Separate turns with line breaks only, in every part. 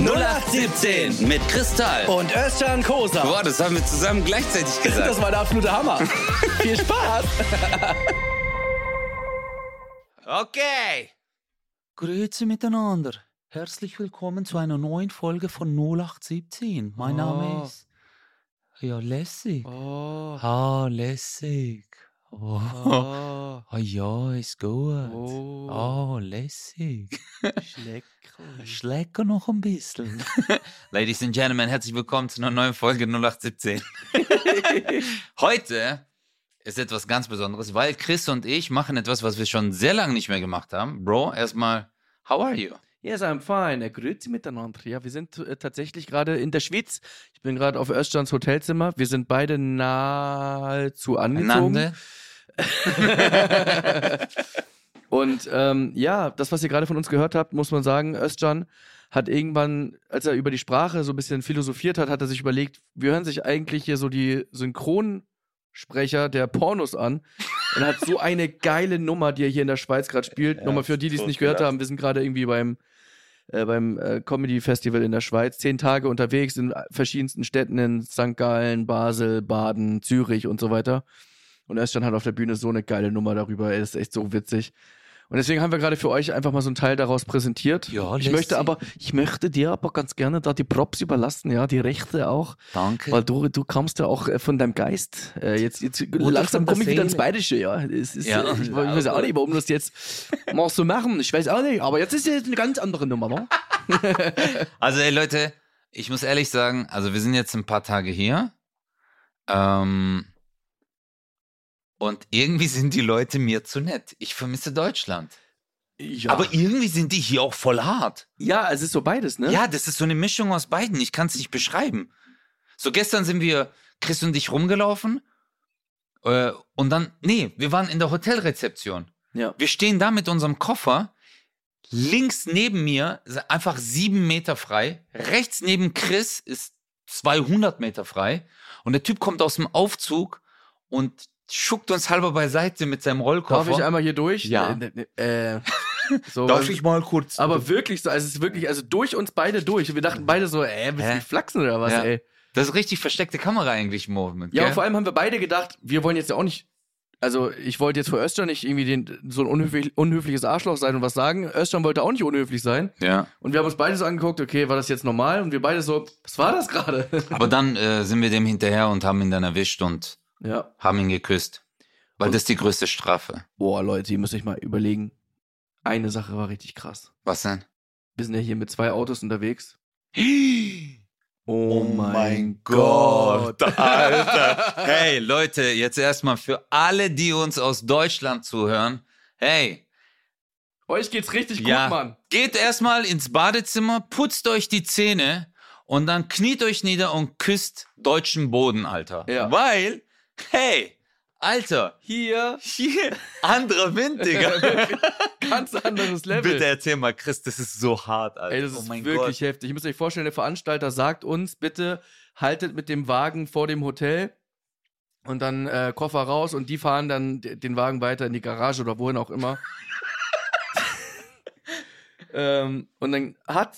0817 mit Kristall.
Und Özcan Kosa.
Boah, das haben wir zusammen gleichzeitig gesagt.
Das war der absolute Hammer. Viel Spaß.
Okay.
Grüße miteinander. Herzlich willkommen zu einer neuen Folge von 0817. Mein Name
Oh.
ist. Ja, lässig.
Oh,
Ah, lässig. Oh.
oh,
Ah, ja, ist gut.
Oh.
Ah, lässig.
schlecklich.
Schlecker noch ein bisschen.
Ladies and Gentlemen, herzlich willkommen zu einer neuen Folge 0817. Heute ist etwas ganz Besonderes, weil Chris und ich machen etwas, was wir schon sehr lange nicht mehr gemacht haben. Bro, erstmal, how are you?
Yes, I'm fine. Äh, Grüezi miteinander. Ja, wir sind äh, tatsächlich gerade in der Schweiz. Ich bin gerade auf Özcans Hotelzimmer. Wir sind beide nahezu angezogen.
Nande?
Und ähm, ja, das, was ihr gerade von uns gehört habt, muss man sagen, Özcan hat irgendwann, als er über die Sprache so ein bisschen philosophiert hat, hat er sich überlegt, wir hören sich eigentlich hier so die Synchronsprecher der Pornos an und hat so eine geile Nummer, die er hier in der Schweiz gerade spielt. Nochmal für die, die es nicht gehört haben, wir sind gerade irgendwie beim, äh, beim äh, Comedy Festival in der Schweiz, zehn Tage unterwegs in verschiedensten Städten in St. Gallen, Basel, Baden, Zürich und so weiter. Und Özcan hat halt auf der Bühne so eine geile Nummer darüber. Ey, das ist echt so witzig. Und deswegen haben wir gerade für euch einfach mal so einen Teil daraus präsentiert.
Ja,
ich möchte
lässig.
aber, ich möchte dir aber ganz gerne da die Props überlassen, ja, die Rechte auch,
Danke.
weil du, du kommst ja auch äh, von deinem Geist. Äh, jetzt, jetzt langsam
von der
komme ich wieder ins
Seele.
Bayerische, ja. Es ist,
Ja.
äh, ich, ich weiß auch nicht, warum du das jetzt machst so machen. Ich weiß auch nicht, aber jetzt ist jetzt eine ganz andere Nummer, wa?
Also, ey, Leute, ich muss ehrlich sagen, also wir sind jetzt ein paar Tage hier. Ähm, und irgendwie sind die Leute mir zu nett. Ich vermisse Deutschland.
Ja.
Aber irgendwie sind die hier auch voll hart.
ja, es ist so beides, ne?
Ja, das ist so eine Mischung aus beiden. Ich kann es nicht beschreiben. So, gestern sind wir, Chris und ich, rumgelaufen. Äh, und dann, nee, wir waren in der Hotelrezeption.
Ja.
Wir stehen da mit unserem Koffer. Links neben mir ist einfach sieben Meter frei. Rechts neben Chris ist 200 Meter frei. Und der Typ kommt aus dem Aufzug und schuckt uns halber beiseite mit seinem Rollkoffer.
Darf ich einmal hier durch?
Ja.
Äh, ne- ne- äh, so,
mal kurz?
Aber wirklich so, also es ist wirklich, also durch uns beide durch. Wir dachten beide so, ey, willst du
Hä?
mich flachsen oder was,
Ja.
ey?
Das ist richtig versteckte Kamera eigentlich, Movement.
Ja,
gell?
und vor allem haben wir beide gedacht, wir wollen jetzt ja auch nicht. Also, ich wollte jetzt vor Östern nicht irgendwie den, so ein unhöflich, unhöfliches Arschloch sein und was sagen. Östern wollte auch nicht unhöflich sein.
ja.
Und wir haben uns beide so angeguckt, okay, war das jetzt normal? Und wir beide so, was war das gerade?
Aber dann äh, sind wir dem hinterher und haben ihn dann erwischt und
ja.
haben ihn geküsst. Weil das ist die größte Strafe.
Boah, Leute, ihr müsst euch mal überlegen. Eine Sache war richtig krass.
Was denn?
Wir sind ja hier mit zwei Autos unterwegs.
Oh mein Gott, Alter. Hey, Leute, jetzt erstmal für alle, die uns aus Deutschland zuhören. Hey,
Euch geht's richtig gut,
Ja.
Mann.
geht erstmal ins Badezimmer, putzt euch die Zähne und dann kniet euch nieder und küsst deutschen Boden, Alter.
Ja.
Weil, hey, Alter,
Hier,
hier, anderer Wind, Digga.
ganz anderes Level.
Bitte erzähl mal, Chris, das ist so hart, Alter. Oh
Ey, das ist wirklich heftig. Ich muss euch vorstellen, der Veranstalter sagt uns, bitte haltet mit dem Wagen vor dem Hotel und dann äh, Koffer raus und die fahren dann d- den Wagen weiter in die Garage oder wohin auch immer. ähm, und dann hat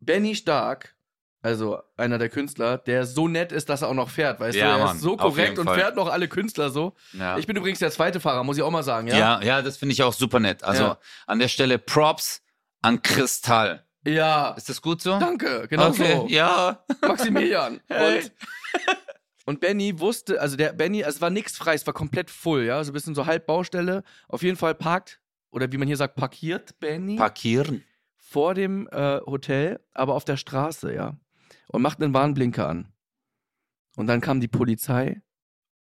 Benny Stark, also einer der Künstler, der so nett ist, dass er auch noch fährt, weißt
Ja,
du? Er
Mann,
ist so
auf
korrekt
jeden
und
Fall.
fährt noch alle Künstler so.
Ja.
Ich bin übrigens der zweite Fahrer, muss ich auch mal sagen, ja?
ja, ja, das finde ich auch super nett. Also
Ja.
an der Stelle Props an Kristall.
Ja.
Ist das gut so?
Danke, genau
okay.
so.
Ja.
Maximilian.
Hey.
Und, und Benny wusste, also der Benny, also es war nichts frei, es war komplett voll, ja, so ein bisschen so halb Baustelle. Auf jeden Fall parkt oder wie man hier sagt, parkiert Benny
Parkieren.
vor dem äh, Hotel, aber auf der Straße, ja, und macht einen Warnblinker an. Und dann kam die Polizei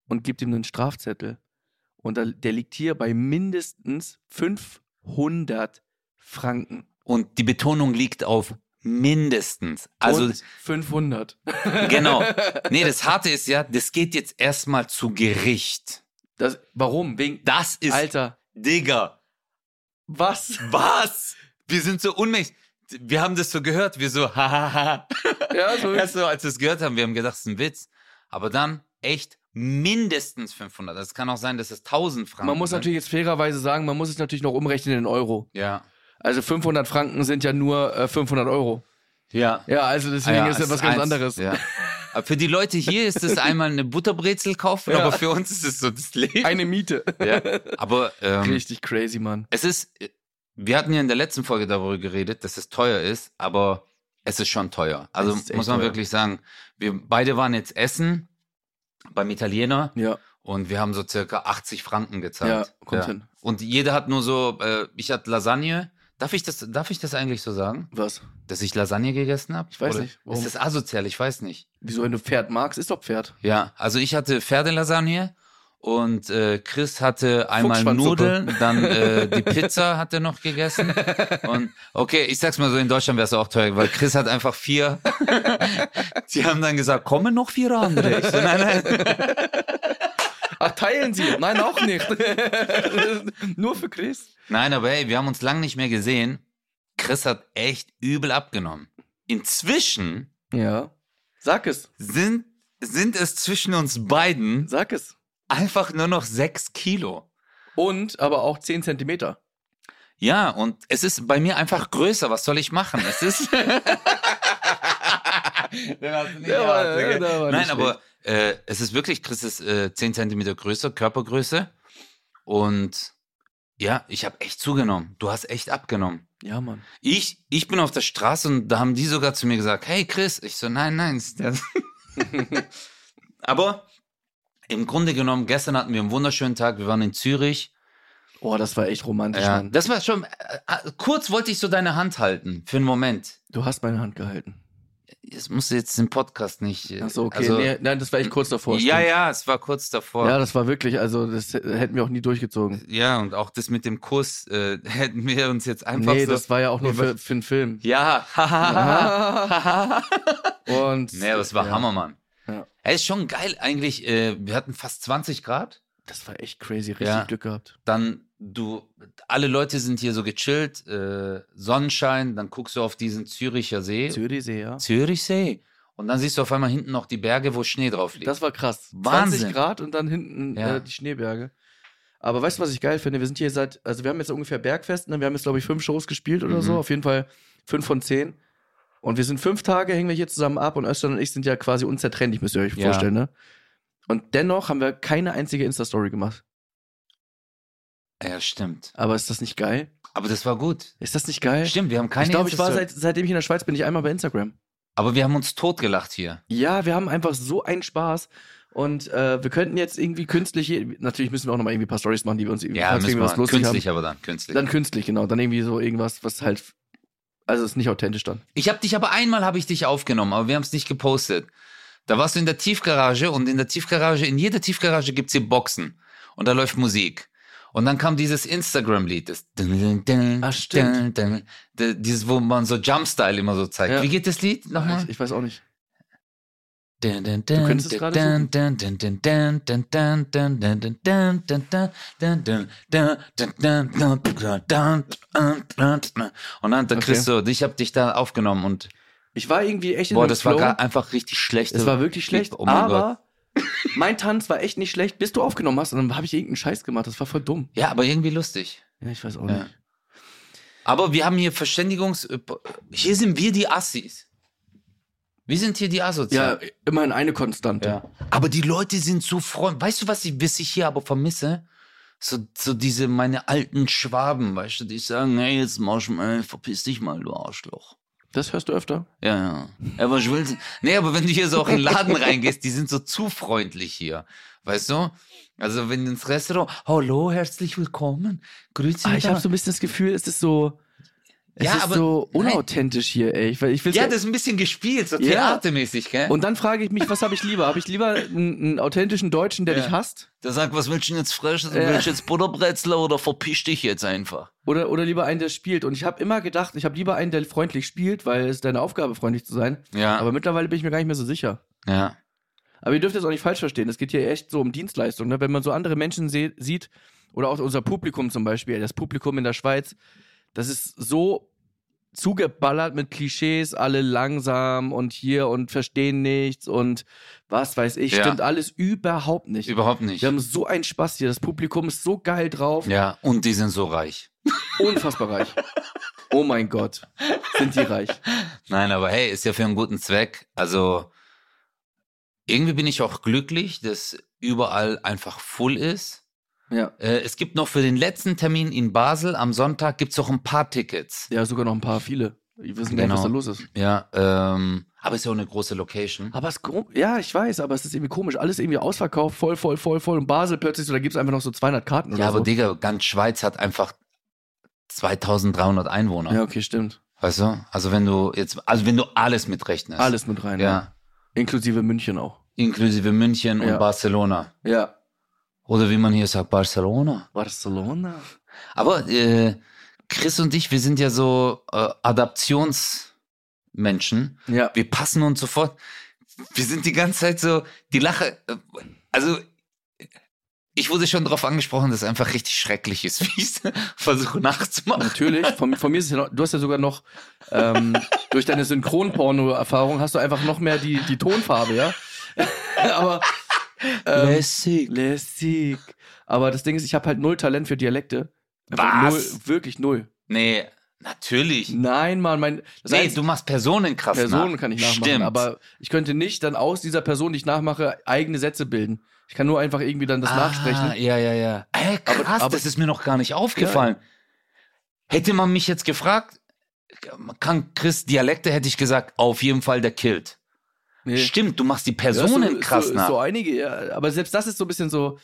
und gibt ihm einen Strafzettel. Und da, der liegt hier bei mindestens 500 Franken.
Und die Betonung liegt auf mindestens. Also
und 500.
genau. Nee, das Harte ist ja, das geht jetzt erstmal zu Gericht.
Das, warum? Wegen.
Das ist,
Alter,
Digga,
was?
was? Wir sind so unmächtig. Wir haben das so gehört, wir so, hahaha.
Ja, so
Erst so, als wir es gehört haben, wir haben gedacht, es ist ein Witz. Aber dann echt mindestens 500. Es kann auch sein, dass es 1000 Franken
man muss
sind.
natürlich jetzt fairerweise sagen, man muss es natürlich noch umrechnen in Euro.
Ja.
Also 500 Franken sind ja nur äh, 500 Euro.
Ja.
Ja, also deswegen
Ah ja,
ist
es
ja was ganz
eins,
anderes.
Ja. Aber für die Leute hier ist es einmal eine Butterbrezel kaufen,
Ja.
aber für uns ist es so das Leben.
Eine Miete.
ja. Aber ähm,
Richtig crazy, Mann.
es ist, wir hatten ja in der letzten Folge darüber geredet, dass es teuer ist, aber es ist schon teuer. Also
Es ist echt
muss man
teuer.
wirklich sagen, wir beide waren jetzt essen beim Italiener
Ja,
und wir haben so circa 80 Franken
ja,
gezahlt.
kommt hin.
Und jeder hat nur so, äh, ich hatte Lasagne. Darf ich, das, darf ich das eigentlich so sagen?
Was?
Dass ich Lasagne gegessen habe?
Ich weiß nicht, warum.
Ist das asozial? Ich weiß nicht.
Wieso, wenn du Pferd magst, ist doch Pferd.
Ja, also ich hatte Pferdelasagne und äh, Chris hatte einmal
Fuchsschwanzsuppe.
Nudeln, dann äh, die Pizza hat er noch gegessen. Und okay, ich sag's mal so, in Deutschland wäre es auch teuer, weil Chris hat einfach vier. Die haben dann gesagt, kommen noch vier andere. Ich so, nein, nein.
Ach, teilen sie? Nein, auch nicht. Nur für Chris.
Nein, aber hey, wir haben uns lang nicht mehr gesehen. Chris hat echt übel abgenommen. Inzwischen
Ja. Sag es,
sind, sind es zwischen uns beiden
sag es.
einfach nur noch sechs Kilo.
Und aber auch 10 Zentimeter.
Ja, und es ist bei mir einfach größer. Was soll ich machen? Es ist. Den hast du nicht
Der war-
erwartet, gell?
der war nicht
genau, Nein, aber äh, es ist wirklich, Chris ist äh, 10 Zentimeter größer, Körpergröße. Und ja, ich habe echt zugenommen. Du hast echt abgenommen.
Ja, Mann.
Ich, ich bin auf der Straße und da haben die sogar zu mir gesagt, hey Chris. Ich so, nein, nein. ist der- aber im Grunde genommen, gestern hatten wir einen wunderschönen Tag. Wir waren in Zürich.
Oh, das war echt romantisch,
Ja,
Mann.
das war schon. Äh, äh, kurz wollte ich so deine Hand halten für einen Moment.
Du hast meine Hand gehalten.
Es musste jetzt den Podcast nicht. äh,
Ach so, okay.
also-
nee, nein, das war echt kurz davor.
ja,
stimmt.
ja, es war kurz davor.
Ja,
Ja,
das war wirklich, also das hätten wir auch nie durchgezogen.
und auch das mit dem Kuss äh, hätten wir uns jetzt einfach
nee,
so.
das war ja auch nur
Nee,
für, für einen Film.
ja, hahaha.
Und
nee, das war
ja.
Hammer, Mann.
Ja.
Ey, ist schon geil eigentlich. Äh, wir hatten fast 20 Grad.
Das war echt crazy, richtig
Ja.
Glück gehabt.
Dann du, alle Leute sind hier so gechillt, äh, Sonnenschein. Dann guckst du auf diesen Züricher See.
Zürichsee, ja.
Zürichsee. Und dann siehst du auf einmal hinten noch die Berge, wo Schnee drauf liegt.
Das war krass.
Wahnsinn.
20 Grad und dann hinten
Ja.
äh, die Schneeberge. Aber weißt du, was ich geil finde? Wir sind hier seit, also wir haben jetzt ungefähr Bergfest, ne? wir haben jetzt, glaube ich, fünf Shows gespielt oder
Mhm.
so, auf jeden Fall fünf von zehn. Und wir sind fünf Tage, hängen wir hier zusammen ab und Östern und ich sind ja quasi unzertrennlich, müsst ihr euch
Ja.
vorstellen, ne? Und dennoch haben wir keine einzige Insta-Story gemacht.
ja, stimmt.
Aber ist das nicht geil?
Aber das war gut.
Ist das nicht geil?
Stimmt, wir haben keine
ich glaube, ich war
Insta-Story.
seit, seitdem ich in der Schweiz bin, nicht einmal bei Instagram.
Aber wir haben uns totgelacht hier.
Ja, wir haben einfach so einen Spaß. Und äh, wir könnten jetzt irgendwie künstlich, je- natürlich müssen wir auch nochmal irgendwie ein paar Stories machen, die wir uns irgendwie
Ja,
falls
müssen
irgendwie
wir
was lustig
künstlich, aber dann künstlich.
haben. Dann künstlich, genau. Dann irgendwie so irgendwas, was halt, also es nicht authentisch dann.
ich habe dich aber einmal habe ich dich aufgenommen, aber wir haben es nicht gepostet. Da warst du in der Tiefgarage und in der Tiefgarage, in jeder Tiefgarage gibt's hier Boxen und da läuft Musik. Und dann kam dieses Instagram-Lied, das dun, dun, dun,
Ah, stimmt.
dun, dun, d- dieses, wo man so Jumpstyle immer so zeigt.
Ja.
Wie geht das Lied nochmal?
Ich, ich weiß auch nicht.
Du
könntest es gerade suchen.
Und dann der
Okay.
Chris so, ich hab dich da aufgenommen und
Ich war irgendwie echt in
boah,
einem
das war
Flow.
gar- einfach richtig schlecht.
Es war wirklich schlecht,
Oh mein
aber mein Tanz war echt nicht schlecht, bis du aufgenommen hast und dann habe ich irgendeinen Scheiß gemacht. Das war voll dumm.
Ja, aber irgendwie lustig.
Ja, ich weiß auch
Ja.
nicht.
Aber wir haben hier Verständigungs... äh, Hier sind wir die Assis. Wir sind hier die
Ja,
Asozialen.
immerhin eine Konstante.
Aber die Leute sind so freundlich. Weißt du, was ich, was ich hier aber vermisse? So, so diese, meine alten Schwaben, weißt du, die sagen, hey, jetzt Marshmallow, verpiss dich mal, du Arschloch.
Das hörst du öfter.
Ja, ja. Aber ich will's. Nee, aber wenn du hier so auch in den Laden reingehst, die sind so zu freundlich hier. Weißt du? Also wenn ins Restaurant, hallo, herzlich willkommen, grüße
Ah, ich habe so ein bisschen das Gefühl, es ist so. Es
Ja,
ist
aber-
so
nein.
unauthentisch hier, ey. Ich, weil ich will's
Ja, das ist ein bisschen gespielt, so
Ja.
theatermäßig, gell?
Und dann frage ich mich, was habe ich lieber? Habe ich lieber einen, einen authentischen Deutschen, der
Ja.
dich hasst?
der sagt, was willst du denn jetzt Frisches?
Ja.
Willst du jetzt Butterbretzler oder verpisch dich jetzt einfach?
Oder, oder lieber einen, der spielt? Und ich habe immer gedacht, ich habe lieber einen, der freundlich spielt, weil es ist deine Aufgabe, freundlich zu sein.
Ja,
Aber mittlerweile bin ich mir gar nicht mehr so sicher.
ja.
Aber ihr dürft es auch nicht falsch verstehen. Es geht hier echt so um Dienstleistung. Ne? Wenn man so andere Menschen se- sieht, oder auch unser Publikum zum Beispiel, das Publikum in der Schweiz, das ist so zugeballert mit Klischees, alle langsam und hier und verstehen nichts und was weiß ich.
Ja.
Stimmt alles überhaupt nicht.
Überhaupt nicht.
Wir haben so einen Spaß hier. Das Publikum ist so geil drauf.
Ja, und die sind so reich.
Unfassbar reich. Oh mein Gott, sind die reich.
Nein, aber hey, ist ja für einen guten Zweck. Also irgendwie bin ich auch glücklich, dass überall einfach full ist.
Ja.
Äh, es gibt noch für den letzten Termin in Basel am Sonntag gibt's noch ein paar Tickets.
Ja, sogar noch ein paar, viele. Wir wissen gar nicht, was
Genau.
da los ist.
Ja, ähm, aber ist ja auch eine große Location.
Aber es, gro- ja, ich weiß, aber es ist irgendwie komisch. Alles irgendwie ausverkauft, voll, voll, voll, voll. Und Basel plötzlich so, da gibt es einfach noch so 200 Karten oder
Ja, aber
so.
Digga, ganz Schweiz hat einfach 2300 Einwohner.
Ja, okay, stimmt.
Weißt du? Also wenn du jetzt, also wenn du alles mitrechnest.
Alles mit rein. ne?
Ja.
Inklusive München auch.
Inklusive München
Ja.
und Barcelona.
Ja.
Oder wie man hier sagt, Barcelona.
Barcelona?
Aber äh, Chris und ich, wir sind ja so äh, Adaptionsmenschen.
Ja.
Wir passen uns sofort. Wir sind die ganze Zeit so, die Lache. Äh, also, ich wurde schon darauf angesprochen, dass es einfach richtig schrecklich ist, wie ich es versuche nachzumachen.
Natürlich. Von, von mir ist es ja noch, du hast ja sogar noch, ähm, durch deine Synchronporno-Erfahrung hast du einfach noch mehr die, die Tonfarbe, ja? aber. Ähm,
Lässig.
lässig. Aber das Ding ist, ich habe halt null Talent für Dialekte. Einfach
Was?
Null, wirklich null.
Nee, natürlich.
Nein, Mann, mein. Das
nee,
heißt,
du machst Personen krass
Personen
nach.
kann ich nachmachen,
Stimmt.
aber ich könnte nicht dann aus dieser Person, die ich nachmache, eigene Sätze bilden. Ich kann nur einfach irgendwie dann das
Ah,
nachsprechen.
Ja, ja, ja. Ey, krass,
aber-
das ist mir noch gar nicht aufgefallen. Hätte man mich jetzt gefragt, kann Chris Dialekte, hätte ich gesagt, auf jeden Fall der killt.
Nee.
Stimmt, du machst die
Ja, ist so-
Personen
ist
krass
so, ist
nach.
so einige, ja. aber selbst das ist so ein bisschen so,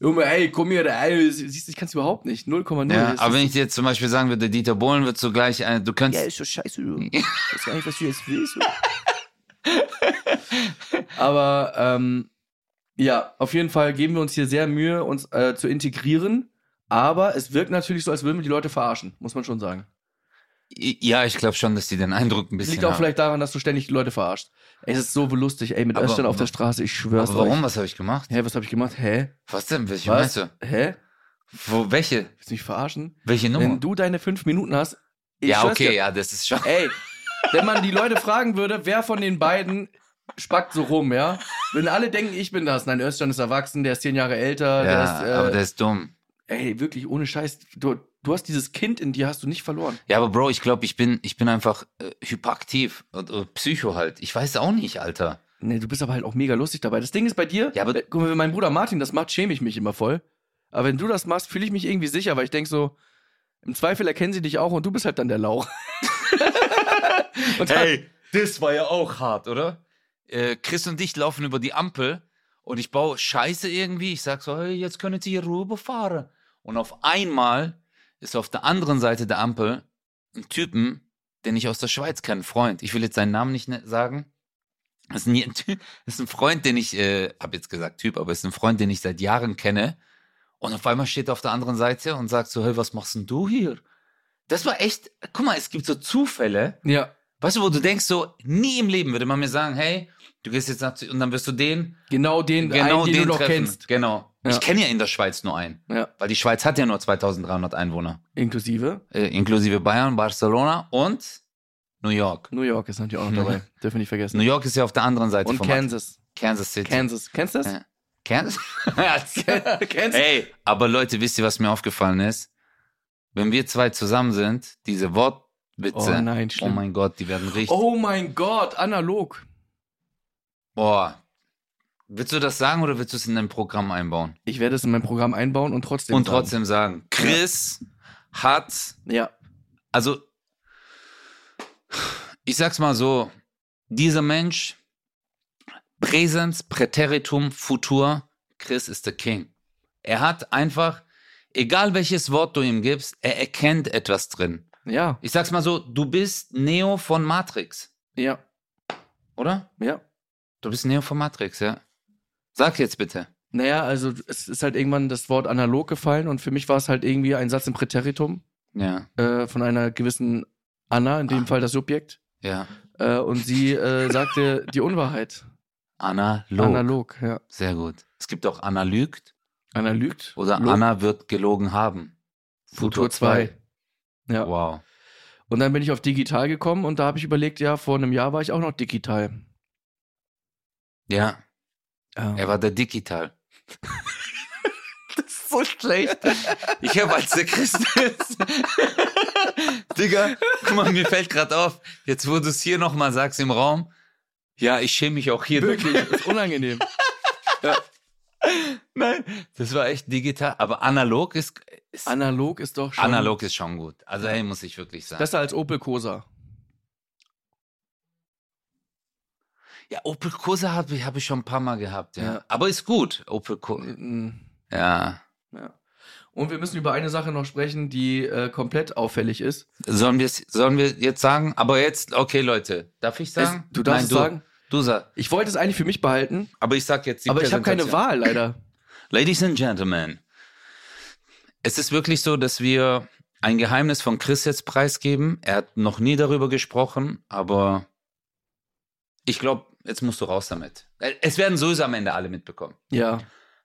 Junge, ey, komm hier, ey, siehst du, ich kann es überhaupt nicht. 0,0.
ja,
ist-
aber wenn ich dir jetzt zum Beispiel sagen würde, Dieter Bohlen wird zugleich, äh, du
ja,
könntest,
ist so scheiße, du. Ich weiß gar nicht, was du jetzt willst. aber, ähm, ja, auf jeden Fall geben wir uns hier sehr Mühe, uns äh, zu integrieren. Aber es wirkt natürlich so, als würden wir die Leute verarschen, muss man schon sagen.
ja, ich glaube schon, dass die den Eindruck ein bisschen
Liegt auch
haben.
vielleicht daran, dass du ständig die Leute verarscht. Ey, es ist so lustig, ey, mit
Aber-
Östern auf der Straße, ich schwör's
aber warum,
euch.
was habe ich gemacht?
Hä, was hab ich gemacht? Hä?
Was denn, welche meinst
Was?
du?
Hä?
Wo, welche?
Willst du mich verarschen?
Welche Nummer?
Wenn du deine fünf Minuten hast, ich
ja,
schwör's
okay,
dir,
ja, das ist schon.
Ey, wenn man die Leute fragen würde, wer von den beiden spackt so rum, ja? Wenn alle denken, ich bin das. Nein, Özcan ist erwachsen, der ist zehn Jahre älter,
Ja, aber
der
der
ist,
ist dumm.
äh, ey, wirklich, ohne Scheiß, du, du hast dieses Kind in dir, hast du nicht verloren.
Ja, aber Bro, ich glaube, ich bin, ich bin einfach äh, hyperaktiv und äh, Psycho halt. Ich weiß auch nicht, Alter.
Nee, du bist aber halt auch mega lustig dabei. Das Ding ist bei dir,
Ja, aber-
äh, guck mal, wenn mein Bruder Martin das macht, schäme ich mich immer voll. Aber wenn du das machst, fühle ich mich irgendwie sicher, weil ich denk so, im Zweifel erkennen sie dich auch und du bist halt dann der Lauch. und dann,
das war ja auch hart, oder? Äh, Chris und ich laufen über die Ampel und ich baue Scheiße irgendwie. Ich sag so, hey, jetzt können Sie hier rüberfahren. Und auf einmal ist auf der anderen Seite der Ampel ein Typen, den ich aus der Schweiz kenne, ein Freund. Ich will jetzt seinen Namen nicht ne- sagen. Das ist ein, Ty- das ist ein Freund, den ich, äh, hab jetzt gesagt Typ, aber es ist ein Freund, den ich seit Jahren kenne. Und auf einmal steht er auf der anderen Seite und sagt so, hey, was machst denn du hier? Das war echt, guck mal, es gibt so Zufälle,
ja,
Weißt du, wo du denkst, so nie im Leben würde man mir sagen, hey, du gehst jetzt nach Zü- und dann wirst du den,
genau den,
genau
einen, den,
den
du noch
treffen.
kennst.
Genau.
Ja.
Ich kenne ja in der Schweiz nur einen,
Ja.
weil die Schweiz hat ja nur 2300 Einwohner,
Inklusive
äh, inklusive Bayern, Barcelona und New York.
New York ist natürlich auch noch
Mhm.
dabei. Dürfen wir nicht vergessen.
New York ist ja auf der anderen Seite
Und
vom
Kansas.
Kansas City.
Kansas. Kennst du das?
Ja. Kansas? Ja.
Kennst du?
Ey, aber Leute, wisst ihr, was mir aufgefallen ist? Wenn wir zwei zusammen sind, diese
Oh
Wortwitze,
nein,
oh,
schlimm.
mein Gott, die werden richtig.
Oh mein Gott, analog.
Boah. Willst du das sagen oder willst du es in dein Programm einbauen?
Ich werde es in mein Programm einbauen und trotzdem.
und
sagen.
trotzdem sagen, Chris hat,
Ja.
also ich sag's mal so, dieser Mensch, Präsens, Präteritum, Futur, Chris ist der King. Er hat einfach, egal welches Wort du ihm gibst, er erkennt etwas drin.
Ja.
Ich sag's mal so, du bist Neo von Matrix,
Ja.
oder?
Ja.
Du bist Neo von Matrix, ja. Sag jetzt bitte.
Naja, also es ist halt irgendwann das Wort analog gefallen und für mich war es halt irgendwie ein Satz im Präteritum
Ja,
äh, von einer gewissen Anna, in dem
Ah.
Fall das Subjekt.
ja.
Äh, und sie äh, sagte die Unwahrheit.
Analog.
Analog, ja.
Sehr gut. Es gibt auch Analygt.
Anna lügt.
Oder
Log.
Anna wird gelogen haben.
Futur 2. Ja.
Wow.
Und dann bin ich auf digital gekommen und da habe ich überlegt, ja, vor einem Jahr war ich auch noch digital.
Ja,
Ja.
er war der Digital. das so schlecht. Ich habe als der Christus. Digga, guck mal, mir fällt gerade auf, jetzt wo du es hier nochmal sagst im Raum, ja, ich schäme mich auch hier.
Wirklich, ist unangenehm.
Nein, das war echt digital, aber analog ist, ist
Analog ist doch schon.
analog ist schon gut. Also hey, muss ich wirklich sagen.
Besser als Opel Cosa.
ja, Opel Corsa habe ich, hab ich schon ein paar Mal gehabt, ja.
Ja.
Aber ist gut, Opel Corsa.
Mhm.
Ja.
Ja. Und wir müssen über eine Sache noch sprechen, die äh, komplett auffällig ist.
Sollen wir sollen wir jetzt sagen, aber jetzt okay, Leute, darf ich sagen?
Es- du darfst
Nein,
es sagen.
Du sag,
Ich wollte es eigentlich für mich behalten,
aber ich sag jetzt die
aber ich habe keine
Präsentation.
Wahl leider.
Ladies and Gentlemen, es ist wirklich so, dass wir ein Geheimnis von Chris jetzt preisgeben. Er hat noch nie darüber gesprochen, aber ich glaube, jetzt musst du raus damit. Äh, Es werden sowieso am Ende alle mitbekommen.
Ja,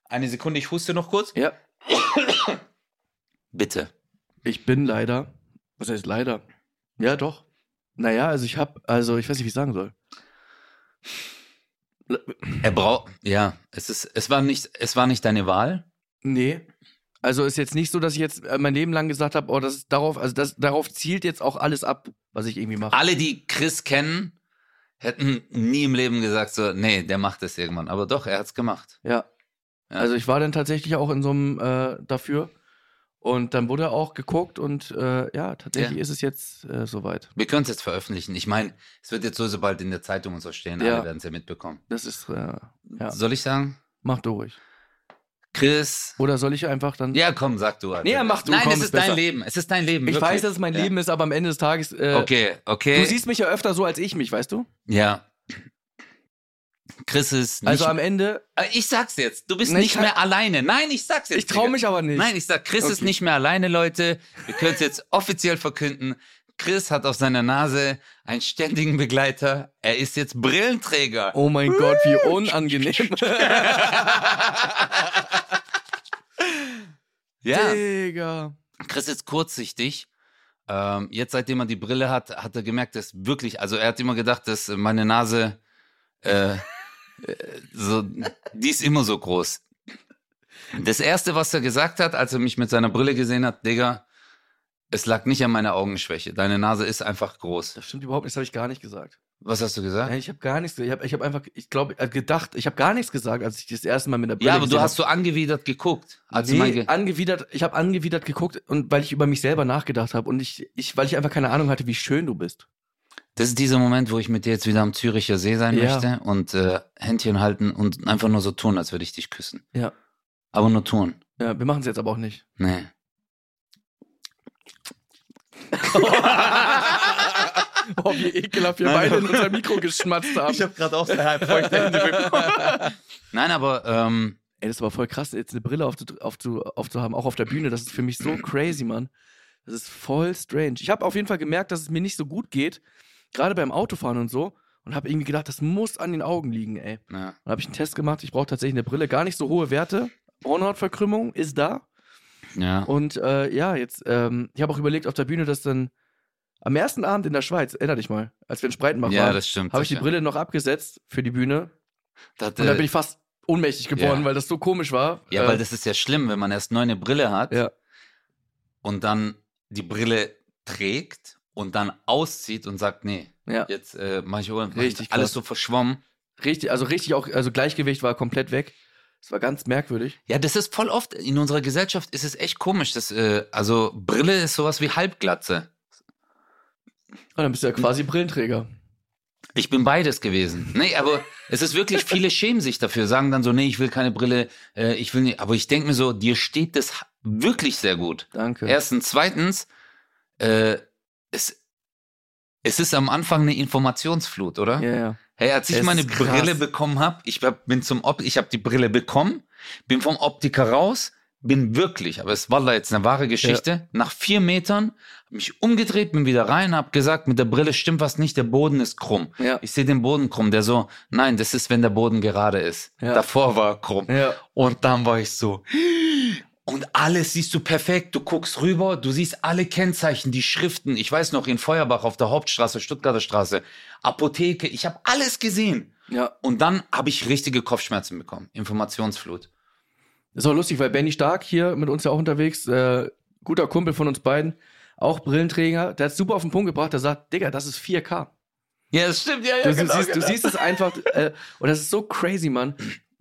Eine Sekunde, ich huste noch kurz.
ja.
Bitte.
Ich bin leider. Was heißt leider? Ja, doch. Naja, also ich habe, also ich weiß nicht, wie ich sagen soll.
Er braucht, ja, es ist, es war nicht, es war nicht deine Wahl.
Nee. Also ist jetzt nicht so, dass ich jetzt äh, mein Leben lang gesagt habe, oh, das ist darauf, also das darauf zielt jetzt auch alles ab, was ich irgendwie mache.
Alle, die Chris kennen, hätten nie im Leben gesagt, so, nee, der macht das irgendwann. Aber doch, er hat's gemacht.
Ja.
Ja.
Also ich war dann tatsächlich auch in so einem äh, dafür. Und dann wurde auch geguckt und äh, ja, tatsächlich
Ja.
ist es jetzt äh, soweit.
Wir können es jetzt veröffentlichen. Ich meine, es wird jetzt so sobald in der Zeitung und so stehen.
Ja.
Alle werden es ja mitbekommen.
Das ist, äh, ja,
Soll ich sagen?
mach du ruhig.
Chris.
Oder soll ich einfach dann.
Ja, komm, sag du. Alter.
Nee, ja, mach du,
Nein,
komm,
es
ist
ist dein
besser.
Leben. Es ist dein Leben.
ich
wirklich.
weiß, dass es mein
ja.
Leben ist, aber am Ende des Tages. Äh,
Okay, okay.
Du siehst mich ja öfter so als ich mich, weißt du?
ja. Chris ist nicht.
Also am Ende.
Äh, ich sag's jetzt. Du bist
Nee, ich
nicht
kann-
mehr alleine. Nein, ich sag's jetzt.
Ich traue
Digga.
mich aber nicht.
Nein, ich sag, Chris ist
Okay.
nicht mehr alleine, Leute. Wir können es jetzt offiziell verkünden. Chris hat auf seiner Nase einen ständigen Begleiter. Er ist jetzt Brillenträger.
Oh mein Gott, wie unangenehm.
Ja.
Digga.
Chris ist kurzsichtig. Ähm, jetzt, seitdem er die Brille hat, hat er gemerkt, dass wirklich, also er hat immer gedacht, dass meine Nase, äh, äh, so, die ist immer so groß. Das erste, was er gesagt hat, als er mich mit seiner Brille gesehen hat, Digga, es lag nicht an meiner Augenschwäche. Deine Nase ist einfach groß.
Das stimmt überhaupt nicht, das habe ich gar nicht gesagt.
Was hast du gesagt?
Nein, ich habe gar nichts gesagt. Ich habe ich hab einfach, ich glaube, gedacht, ich habe gar nichts gesagt, als ich das erste Mal mit der Brille
ja, aber
gesehen
du
hab.
hast so angewidert geguckt. Als du
nee,
mein Ge-
angewidert, ich habe angewidert geguckt und weil ich über mich selber nachgedacht habe und ich, ich, weil ich einfach keine Ahnung hatte, wie schön du bist.
Das ist dieser Moment, wo ich mit dir jetzt wieder am Züricher See sein
Ja.
möchte und äh, Händchen halten und einfach nur so tun, als würde ich dich küssen.
Ja.
Aber nur tun.
Ja, wir machen es jetzt aber auch nicht.
Nee.
Oh, wie ekelhaft wir
Nein.
beide in unser Mikro geschmatzt haben.
habe gerade auch halbfeuchte Hände bekommen. Nein, aber ähm,
Ey, das war voll krass, jetzt eine Brille aufzu aufzu aufzuhaben, auch auf der Bühne. Das ist für mich so crazy, Mann. Das ist voll strange. Ich habe auf jeden Fall gemerkt, dass es mir nicht so gut geht, gerade beim Autofahren und so. Und habe irgendwie gedacht, das muss an den Augen liegen, ey.
ja.
Dann habe ich einen Test gemacht. Ich brauche tatsächlich eine Brille. Gar nicht so hohe Werte. Hornhautverkrümmung ist da.
ja.
Und äh, ja, jetzt, ähm, ich habe auch überlegt auf der Bühne, dass dann am ersten Abend in der Schweiz, erinnere dich mal, als wir in Spreitenbach
Ja,
waren,
das stimmt.
habe ich die
das-
Brille noch abgesetzt für die Bühne.
Da hat,
Und da
äh,
bin ich fast ohnmächtig geworden,
ja.
weil das so komisch war.
ja,
Äh,
weil das ist ja schlimm, wenn man erst neu eine Brille hat
Ja.
und dann die Brille trägt und dann auszieht und sagt, nee,
ja.
jetzt äh, mach ich Ohren.
Richtig
Alles
krass.
so verschwommen.
Richtig, also richtig auch, also Gleichgewicht war komplett weg. Das war ganz merkwürdig.
Ja, das ist voll oft in unserer Gesellschaft ist es echt komisch, dass äh, also Brille ist sowas wie Halbglatze.
Und Ah, dann bist du ja quasi Brillenträger.
Ich bin beides gewesen. Nee, aber es ist wirklich, viele schämen sich dafür, sagen dann so, nee, ich will keine Brille, äh, ich will nicht. Aber ich denke mir so, dir steht das ha- wirklich sehr gut.
Danke.
Erstens, zweitens, äh, es, es ist am Anfang eine Informationsflut, oder?
ja, ja.
Hey, als ich
Es
meine
ist krass.
Brille bekommen habe, ich hab, bin zum Op ich habe die Brille bekommen, bin vom Optiker raus, bin wirklich, aber es war da jetzt eine wahre Geschichte, nach vier Metern, hab mich umgedreht, bin wieder rein, habe gesagt, mit der Brille stimmt was nicht, der Boden ist krumm.
Ja.
Ich sehe den Boden krumm, der so, nein, das ist, wenn der Boden gerade ist.
Ja.
Davor war er krumm.
ja.
Und dann war ich so. Und alles siehst du perfekt. Du guckst rüber, du siehst alle Kennzeichen, die Schriften. Ich weiß noch, in Feuerbach auf der Hauptstraße, Stuttgarter Straße, Apotheke. Ich habe alles gesehen.
Ja.
Und dann habe ich richtige Kopfschmerzen bekommen. Informationsflut.
Ist auch lustig, weil Benny Stark hier mit uns ja auch unterwegs, äh, guter Kumpel von uns beiden, auch Brillenträger, der hat super auf den Punkt gebracht, der sagt, Digga, das ist 4K.
Ja, das stimmt, ja, ja.
Du,
genau,
siehst,
genau.
du siehst es einfach, äh, und das ist so crazy, Mann.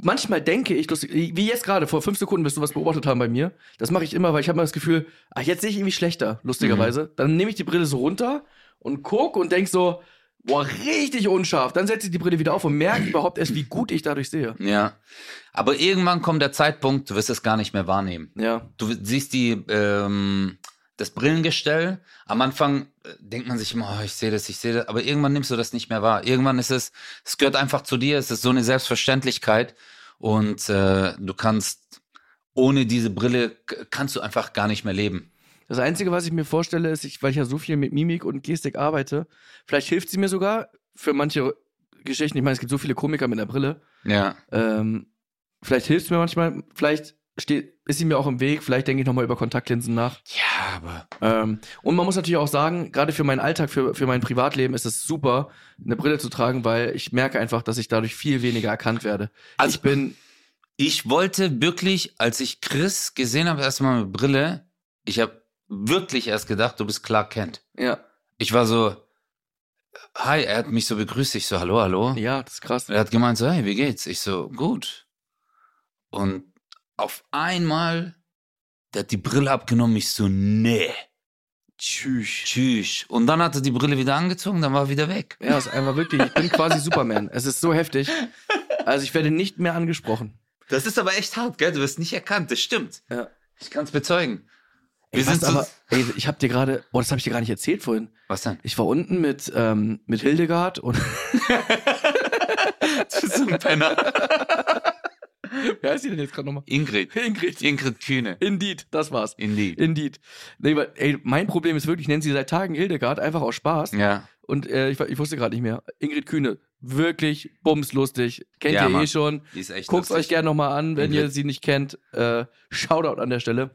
Manchmal denke ich, lustig, wie jetzt gerade, vor fünf Sekunden wirst du was beobachtet haben bei mir. Das mache ich immer, weil ich habe mal das Gefühl, ach, jetzt sehe ich irgendwie schlechter,
Mhm.
lustigerweise. Dann nehme ich die Brille so runter und guck und denk so, boah, richtig unscharf. Dann setze ich die Brille wieder auf und merke überhaupt erst, wie gut ich dadurch sehe.
Ja. Aber irgendwann kommt der Zeitpunkt, du wirst es gar nicht mehr wahrnehmen.
Ja.
du siehst die, ähm, das Brillengestell. Am Anfang äh, denkt man sich immer, oh, ich sehe das, ich sehe das, aber irgendwann nimmst du das nicht mehr wahr. Irgendwann ist es, es gehört einfach zu dir, es ist so eine Selbstverständlichkeit und äh, du kannst ohne diese Brille k- kannst du einfach gar nicht mehr leben.
Das Einzige, was ich mir vorstelle, ist, ich, weil ich ja so viel mit Mimik und Gestik arbeite, vielleicht hilft sie mir sogar für manche Geschichten. Ich meine, es gibt so viele Komiker mit einer Brille.
Ja,
Ähm, vielleicht hilft es mir manchmal, vielleicht steht, ist sie mir auch im Weg, vielleicht denke ich nochmal über Kontaktlinsen nach.
ja, aber
Ähm, und man muss natürlich auch sagen, gerade für meinen Alltag, für, für mein Privatleben ist es super, eine Brille zu tragen, weil ich merke einfach, dass ich dadurch viel weniger erkannt werde.
Also-
ich bin,
ich wollte wirklich, als ich Chris gesehen habe, erstmal mit Brille, ich habe wirklich erst gedacht, du bist Clark Kent.
ja,
Ich war so, hi, er hat mich so begrüßt, ich so, hallo, hallo.
ja, das ist krass.
Er hat gemeint so, hey, wie geht's? Ich so, gut. Und auf einmal, der hat die Brille abgenommen. Ich so, nee,
Tschüss.
tschüss. Und dann hat er die Brille wieder angezogen, dann war er wieder weg.
Ja, ist einfach wirklich, ich bin quasi Superman. Es ist so heftig. Also ich werde nicht mehr angesprochen.
Das ist aber echt hart, gell? Du wirst nicht erkannt, das stimmt.
Ja.
Ich kann es bezeugen. Wir
Ey,
sind
was
so,
aber, ey, ich habe dir gerade, oh, das habe ich dir gar nicht erzählt vorhin.
was denn?
Ich war unten mit, ähm, mit Hildegard und
Du bist so ein Penner.
Wer heißt die denn jetzt gerade nochmal?
Ingrid.
Ingrid.
Ingrid Kühne.
Indeed, das war's.
Indeed.
Indeed. Nee, weil, ey, mein Problem ist wirklich, ich nenne sie seit Tagen Hildegard, einfach aus Spaß.
Ja.
Und äh, ich, wa- ich wusste gerade nicht mehr. Ingrid Kühne, wirklich bumslustig. Kennt
Ja,
ihr
Mann.
eh schon.
Die ist echt
Guckt euch gerne nochmal an, wenn ihr
Ingrid.
sie nicht kennt. Äh, Shoutout an der Stelle.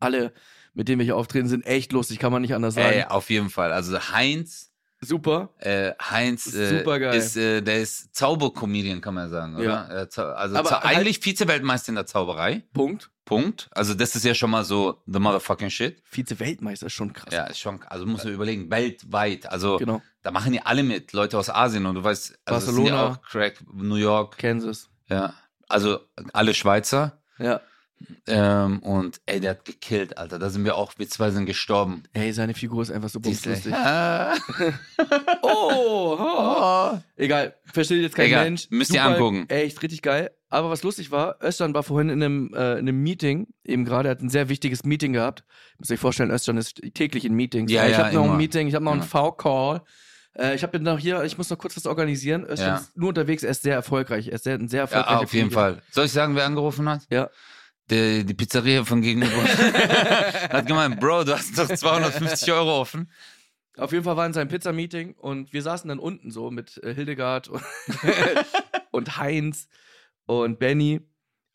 Alle, mit denen wir hier auftreten, sind echt lustig, kann man nicht anders sagen.
Ey, auf jeden Fall. Also Heinz,
Super.
äh, Heinz äh,
Supergeil.
ist, äh, der ist Zaubercomedian, kann man sagen, oder? Äh, Zau- also
Aber
Zau
halt-
eigentlich Vize-Weltmeister in der Zauberei.
Punkt.
Punkt. Also das ist ja schon mal so the motherfucking shit.
Vize-Weltmeister ist schon krass.
Ja, ist schon, also muss man überlegen, weltweit. Also
Genau.
da machen die alle mit, Leute aus Asien und du weißt, also es Sind
Barcelona.
ja auch Crack, New York,
Kansas.
ja. Also alle Schweizer.
Ja.
Ähm, und ey, der hat gekillt, Alter. Da sind wir auch, wir zwei sind gestorben.
Ey, seine Figur ist einfach so
Die ist echt-
bumslustig.
Ah.
Oh, oh. Egal, versteht jetzt kein
Egal,
Mensch.
müsst ihr angucken.
Echt richtig geil. Aber was lustig war, Özcan war vorhin in einem, äh, in einem Meeting, eben gerade, er hat ein sehr wichtiges Meeting gehabt. Müsst ihr euch vorstellen, Özcan ist täglich in Meetings. Äh,
Ja,
ich
ja,
habe noch
immer.
ein Meeting, ich habe noch einen
Ja.
V-Call. Äh, ich habe noch hier, ich muss noch kurz was organisieren. Özcan
Ja.
ist nur unterwegs, er ist sehr erfolgreich. Er ist sehr, ein sehr
Ja,
erfolgreicher
auf jeden
Comedian.
Fall. Soll ich sagen, wer angerufen hat?
Ja.
Die, die Pizzeria von gegenüber. hat gemeint, Bro, du hast doch 250 Euro offen.
Auf jeden Fall war in seinem Pizza-Meeting und wir saßen dann unten so mit äh, Hildegard und, und Heinz und Benny.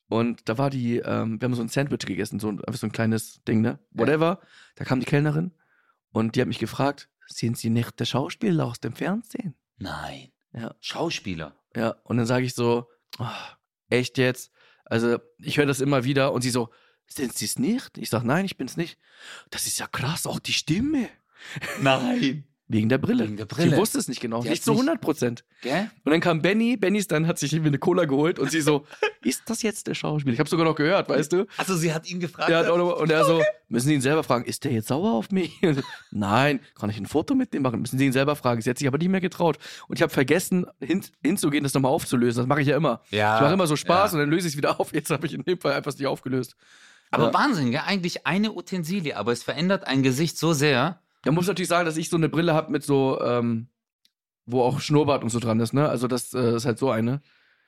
Und da war die, ähm, wir haben so ein Sandwich gegessen, so ein, einfach so ein kleines Ding, ne? Whatever. Da kam die Kellnerin und die hat mich gefragt, sind Sie nicht der Schauspieler aus dem Fernsehen?
Nein.
Ja.
Schauspieler.
Ja, und dann sage ich so, "Ah, echt jetzt? Also ich höre das immer wieder und sie so, sind Sie es nicht? Ich sage, nein, ich bin's nicht. Das ist ja krass, auch die Stimme.
Nein.
Wegen der Brille.
Wegen der Brille.
Sie wusste es nicht genau.
Die
nicht
hat's
zu
nicht-
100 Prozent.
Gell?
Und dann kam Benny. Benny ist dann, hat sich irgendwie eine Cola geholt und sie so, ist das jetzt der Schauspieler? Ich habe sogar noch gehört, weißt du?
Also sie hat ihn gefragt.
Der hat auch noch, und er so, müssen Sie ihn selber fragen, ist der jetzt sauer auf mich? Und so, Nein, kann ich ein Foto mit dem machen? Müssen Sie ihn selber fragen. Sie hat sich aber nicht mehr getraut. Und ich habe vergessen, hin, hinzugehen, das nochmal aufzulösen. Das mache ich ja immer.
ja.
ich mache immer so Spaß
Ah, ja.
und dann löse ich es wieder auf. Jetzt habe ich in dem Fall einfach nicht aufgelöst.
Aber
Ja.
Wahnsinn, gell? Eigentlich eine Utensilie, aber es verändert ein Gesicht so sehr.
Da muss ich natürlich sagen, dass ich so eine Brille habe mit so, ähm, wo auch Schnurrbart und so dran ist, ne? Also das äh, ist halt so eine.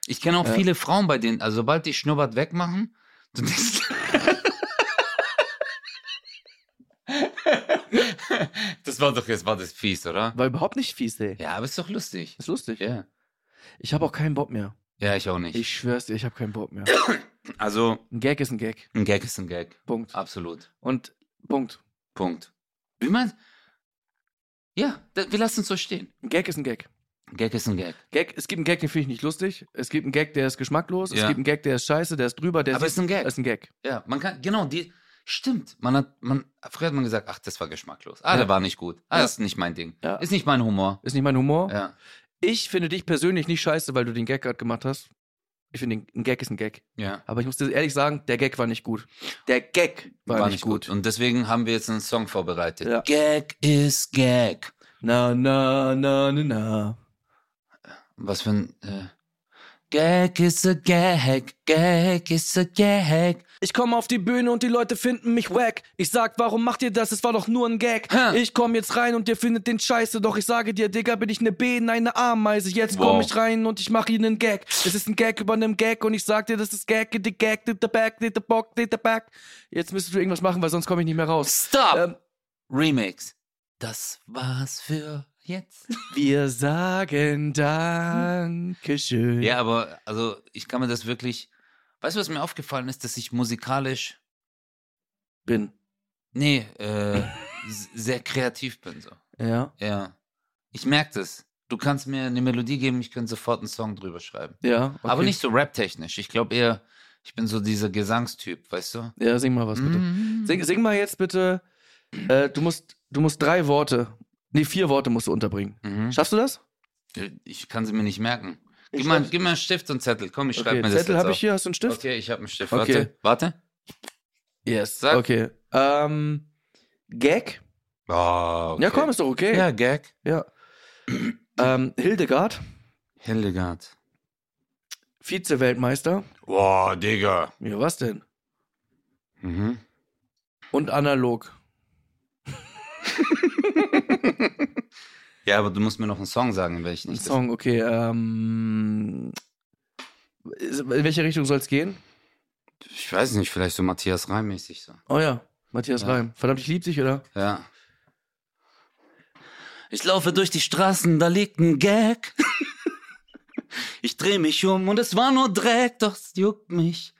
Ich kenne auch
Ja.
viele Frauen, bei denen, also sobald die Schnurrbart wegmachen, du denkst. das war doch jetzt war das fies, oder?
War überhaupt nicht fies, ey.
Ja, aber ist doch lustig.
Ist lustig.
Ja.
Ich habe auch keinen Bock mehr.
Ja, ich auch nicht.
Ich schwör's dir, ich habe keinen Bock mehr.
also,
Ein Gag ist ein Gag.
ein Gag ist ein Gag.
Punkt.
Absolut.
Und Punkt.
Punkt. Wie man. Ja, da, wir lassen es so stehen.
Ein Gag ist ein Gag.
Gag ist ein Gag.
Gag, es gibt einen Gag, den finde ich nicht lustig. Es gibt einen Gag, der ist geschmacklos. Es
Ja.
gibt einen Gag, der ist scheiße, der ist drüber. Der
Aber es ist ein Gag.
Ist ein Gag.
Ja, man kann, genau, die, stimmt. Man hat, man, früher hat man gesagt, ach, das war geschmacklos. Ah,
Ja.
der war nicht gut. Ah,
Ja.
das ist nicht mein Ding.
Ja.
Ist nicht mein Humor.
Ist nicht mein Humor.
Ja.
Ich finde dich persönlich nicht scheiße, weil du den Gag gerade gemacht hast. Ich finde, ein Gag ist ein Gag.
Ja.
Aber ich muss dir ehrlich sagen, der Gag war nicht gut. Der Gag
War, nicht gut. Und deswegen haben wir jetzt einen Song vorbereitet.
Ja.
Gag ist Gag.
Na, na, na, na, na.
Was für ein, äh, Gag is a gag, gag is a gag.
Ich komme auf die Bühne und die Leute finden mich wack. Ich sag, warum macht ihr das? Es war doch nur ein Gag.
Ha.
Ich komm jetzt rein und ihr findet den Scheiße. Doch ich sage dir, Digga, bin ich ne B, nein, ne Ameise. Jetzt komm
Wow.
ich rein und ich mach ihnen einen Gag. Es ist ein Gag über nem Gag und ich sag dir, das ist Gag, die Gag, die the back, die the bock, die the back. Jetzt müsstest du irgendwas machen, weil sonst komme ich nicht mehr raus.
Stop!
Ähm,
Remix. Das war's für jetzt.
wir sagen Dankeschön.
Ja, aber, also, ich kann mir das wirklich, weißt du, was mir aufgefallen ist, dass ich musikalisch
Bin.
Nee, äh, s- sehr kreativ bin so.
Ja.
Ja. Ich merke das. Du kannst mir eine Melodie geben, ich könnte sofort einen Song drüber schreiben.
Ja. okay.
Aber nicht so rap-technisch. Ich glaube eher, ich bin so dieser Gesangstyp, weißt du?
Ja, sing mal was bitte.
Mm.
Sing, sing mal jetzt bitte. Äh, du, musst, du musst drei Worte. Nee, vier Worte musst du unterbringen.
Mhm.
Schaffst du das?
Ich kann sie mir nicht merken.
Ich
Gib mal,
schaff's.
gib mal einen Stift und Zettel. Komm, ich schreibe
Okay,
mir das
Zettel
jetzt
habe
auf.
ich hier. Hast du einen Stift?
Okay, ich habe einen Stift.
Okay.
Warte,
Yes.
Sag.
Okay. Ähm, Gag?
warte. Ah, okay.
Ja, komm, ist doch okay.
Ja, Gag.
Ja. ähm, Hildegard,
Hildegard.
Vize-Weltmeister.
Boah, Digga.
Ja, was denn?
Mhm.
Und analog.
Ja, aber du musst mir noch einen Song sagen, welchen
Ein
ich das-
Song, okay. Ähm, ist- in welche Richtung soll es gehen?
Ich weiß nicht, vielleicht so Matthias Reim-mäßig so.
Oh ja, Matthias
Ja.
Reim. Verdammt, ich lieb dich, oder?
Ja. Ich laufe durch die Straßen, da liegt ein Gag. Ich dreh mich um und es war nur Dreck, doch es juckt mich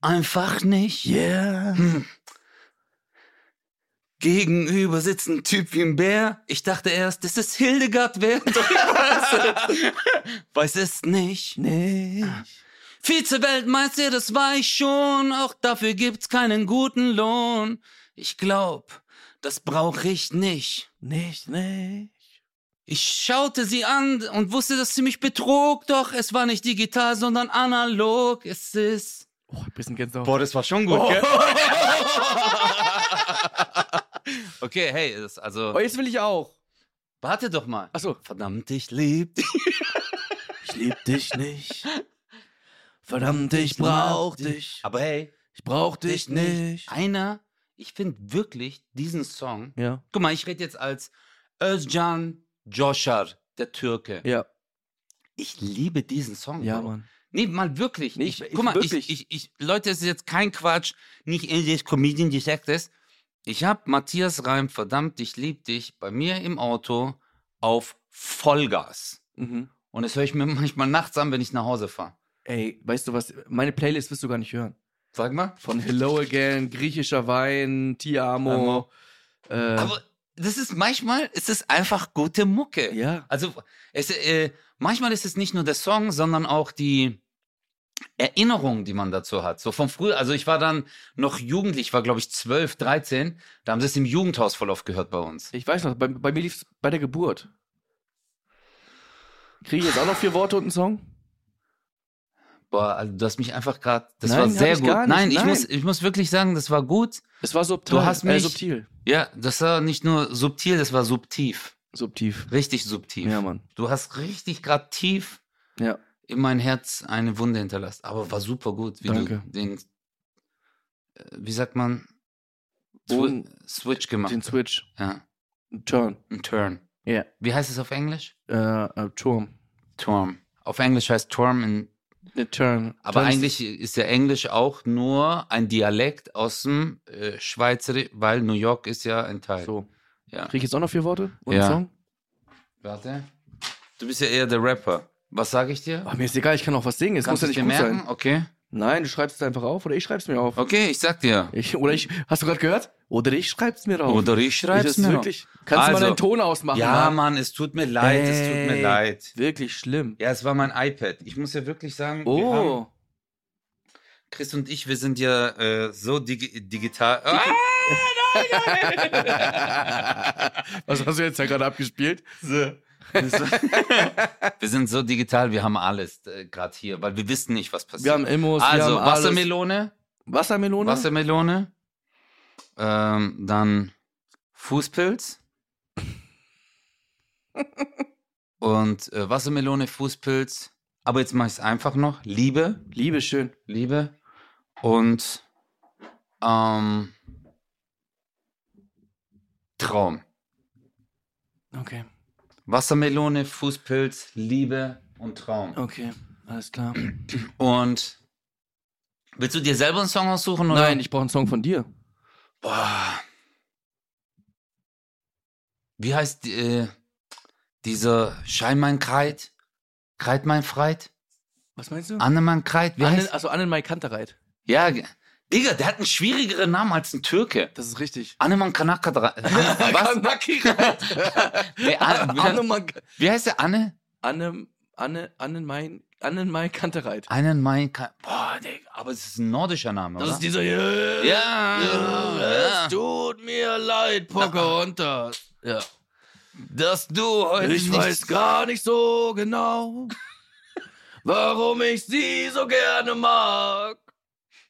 einfach nicht.
Yeah.
Hm. Gegenüber sitzt ein Typ wie ein Bär. Ich dachte erst, es ist Hildegard wer, doch ich weiß es. Weiß es nicht.
Nee.
Vize-Weltmeister, das war ich schon. Auch dafür gibt's keinen guten Lohn. Ich glaub, das brauch ich nicht.
Nicht, nicht.
Ich schaute sie an und wusste, dass sie mich betrog. Doch es war nicht digital, sondern analog. Es ist.
Oh, ein bisschen Gänsehaut.
das war schon gut, gell? okay, hey, das, also.
Oh, jetzt will ich auch.
Warte doch mal.
Achso.
Verdammt, ich lieb dich.
Ich lieb dich nicht. Verdammt,
ich brauch dich. Aber hey,
Ich brauch
dich nicht. Einer, ich finde wirklich diesen Song
Ja.
Guck mal, ich rede jetzt als Özcan Joshar, der Türke.
Ja. Oh.
Ich liebe diesen Song.
Ja,
Bro.
Mann.
Nee, mal wirklich.
Nee,
ich,
ich-
guck mal,
wirklich.
Ich, ich, ich, Leute, es ist jetzt kein Quatsch, nicht ähnliches Comedian, die sagt es. Ich habe Matthias Reim, verdammt, ich lieb dich, bei mir im Auto auf Vollgas.
Mhm.
Und das höre ich mir manchmal nachts an, wenn ich nach Hause fahre.
Ey, weißt du was? Meine Playlist wirst du gar nicht hören.
Sag mal.
Von Hello Again, griechischer Wein, Ti Amo. Äh,
Aber das ist manchmal, ist es einfach gute Mucke.
ja.
Also es, äh, manchmal ist es nicht nur der Song, sondern auch die Erinnerung, die man dazu hat. So von früher, also ich war dann noch jugendlich, war glaube ich 12, 13, da haben sie es im Jugendhaus voll oft gehört bei uns.
Ich weiß noch, bei, bei mir lief's bei der Geburt. Kriege ich jetzt auch noch vier Worte und einen Song?
Boah, also du hast mich einfach gerade, das
Nein,
war
hab
sehr
ich
gut.
gar nicht,
nein, ich
nein.
muss ich muss wirklich sagen, das war gut.
Es war subtil.
Du hast
äh,
mich-
subtil.
Ja, das war nicht nur subtil, das war subtiv,
Subtiv.
richtig subtiv.
Ja, Mann.
du hast richtig gerade tief
Ja.
in mein Herz eine Wunde hinterlassen, aber war super gut, wie
Danke.
du den äh, wie sagt man
Bogen-
Swi- Switch gemacht.
Den Switch.
ja,
Turn.
ein Turn.
Ja.
Wie heißt es auf Englisch?
Äh, äh, Turm.
Turm. Auf Englisch heißt Turm, in,
Ne, Turn.
aber
Turn ist-
eigentlich ist ja Englisch auch nur ein Dialekt aus dem äh, Schweizerisch, weil New York ist ja ein Teil.
So.
Ja.
Krieg ich jetzt auch noch vier Worte? Und
Ja.
einen Song?
Warte. Du bist ja eher der Rapper. Was sage ich dir?
Ach, mir ist egal, ich kann auch was singen. Es muss
Kannst
ja
du's
nicht
dir
gut
merken?
sein.
Okay.
Nein, du schreibst es einfach auf oder ich schreib's mir auf.
Okay, ich sag dir.
Ich, oder ich, hast du gerade gehört? Oder ich schreib's mir auf.
Oder ich schreib's
das Oh. ist
mir. noch.
wirklich. Kannst du
Also-
mal den Ton ausmachen?
Ja,
Mann?
Mann, es tut mir leid, es tut mir
Ey.
leid.
Wirklich schlimm.
Ja, es war mein iPad. Ich muss ja wirklich sagen, wir haben,
Oh.
Chris und ich, wir sind ja äh, so digi digital. Ah, nein, nein.
Was hast du jetzt da gerade abgespielt?
So. wir sind so digital, wir haben alles äh, gerade hier, weil wir wissen nicht, was passiert.
Wir haben Immos,
also
wir haben alles.
Wassermelone,
Wassermelone?
Wassermelone, ähm, dann Fußpilz und äh, Wassermelone, Fußpilz. Aber jetzt mache ich es einfach noch. Liebe,
Liebe, schön.
Liebe und ähm, Traum.
Okay,
Wassermelone, Fußpilz, Liebe und Traum.
okay, alles klar.
Und willst du dir selber einen Song aussuchen? Oder?
Nein, ich brauche einen Song von dir.
Boah. Wie heißt äh, dieser Scheinmann Kreit? Kreitmann Freit?
Was meinst du?
Annemann Kreit? Wie
Annen,
heißt?
also Annenmai Kantereit.
Ja, ge- Digga, der hat einen schwierigeren Namen als ein Türke.
Das ist richtig.
Annemann Kanaka. Was? Wer-
Ah,
An- wer-
Annenmai
Wie heißt der Anne?
Anne, Anne, Annenmai, Annenmai Kantereit.
Einen Main. Ka- Boah, Digga, aber es ist ein nordischer Name,
Das
oder?
ist dieser hier.
ja,
Hm, Es
Ah, ja,
tut mir leid, Pocahontas. Ja.
dass du heute
Ich
nicht
weiß gar nicht so genau, warum ich sie so gerne mag.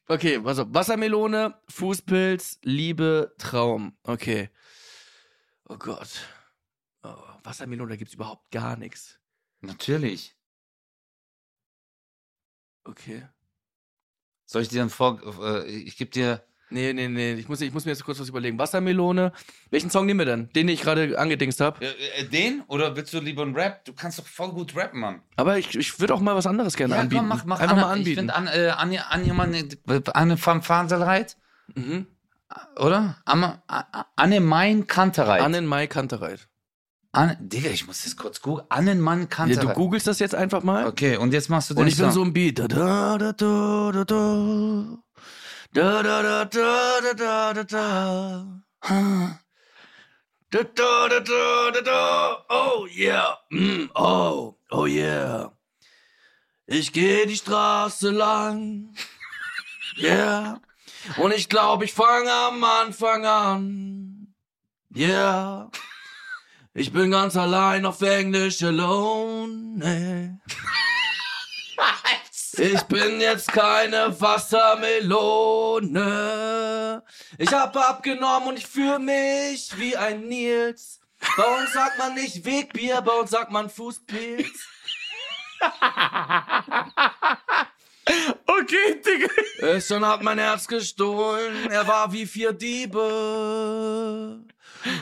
Okay, also Wassermelone, Fußpilz, Liebe, Traum. Okay. Oh Gott. Oh, Wassermelone, da gibt's überhaupt gar nichts.
Natürlich.
Okay.
Soll ich dir dann vor. Äh, ich gebe dir.
Nee, nee, nee. Ich muss, ich muss mir jetzt kurz was überlegen. Wassermelone. Welchen Song nehmen wir denn? Den, den ich gerade angedingst habe.
äh, den? Oder willst du lieber einen Rap? Du kannst doch voll gut rappen, Mann.
Aber ich, ich würde auch mal was anderes gerne
Ja,
anbieten.
komm, mach, mach
Einfach
Anne,
mal
Ich
anbieten.
finde Anne, äh, Anne, Anne, Anne, Anne van Farnselreit,
mhm.
oder? Anne, Anne Main Kantereit.
Annen Mai Kantereit.
Anne, Digga, ich muss das kurz googeln. Anne Mann
Ja, du
Kantereit.
googelst das jetzt einfach mal.
okay, und jetzt machst du den
Und ich bin
Song.
so ein Beat. Da, da, da, da, da, da. Da, da, da, da, da, da, da, da. Da, da, da, da, da, da. Oh yeah. Mm, oh, oh yeah. Ich gehe die Straße lang. Yeah. Und ich glaube, ich fange am Anfang an. Yeah. Ich bin ganz allein auf Englisch alone. ey. Ich bin jetzt keine Wassermelone. Ich hab abgenommen und ich fühle mich wie ein Nils. Bei uns sagt man nicht Wegbier, bei uns sagt man Fußpilz.
okay, Digga.
Es Äh, schon hat mein Herz gestohlen, er war wie vier Diebe.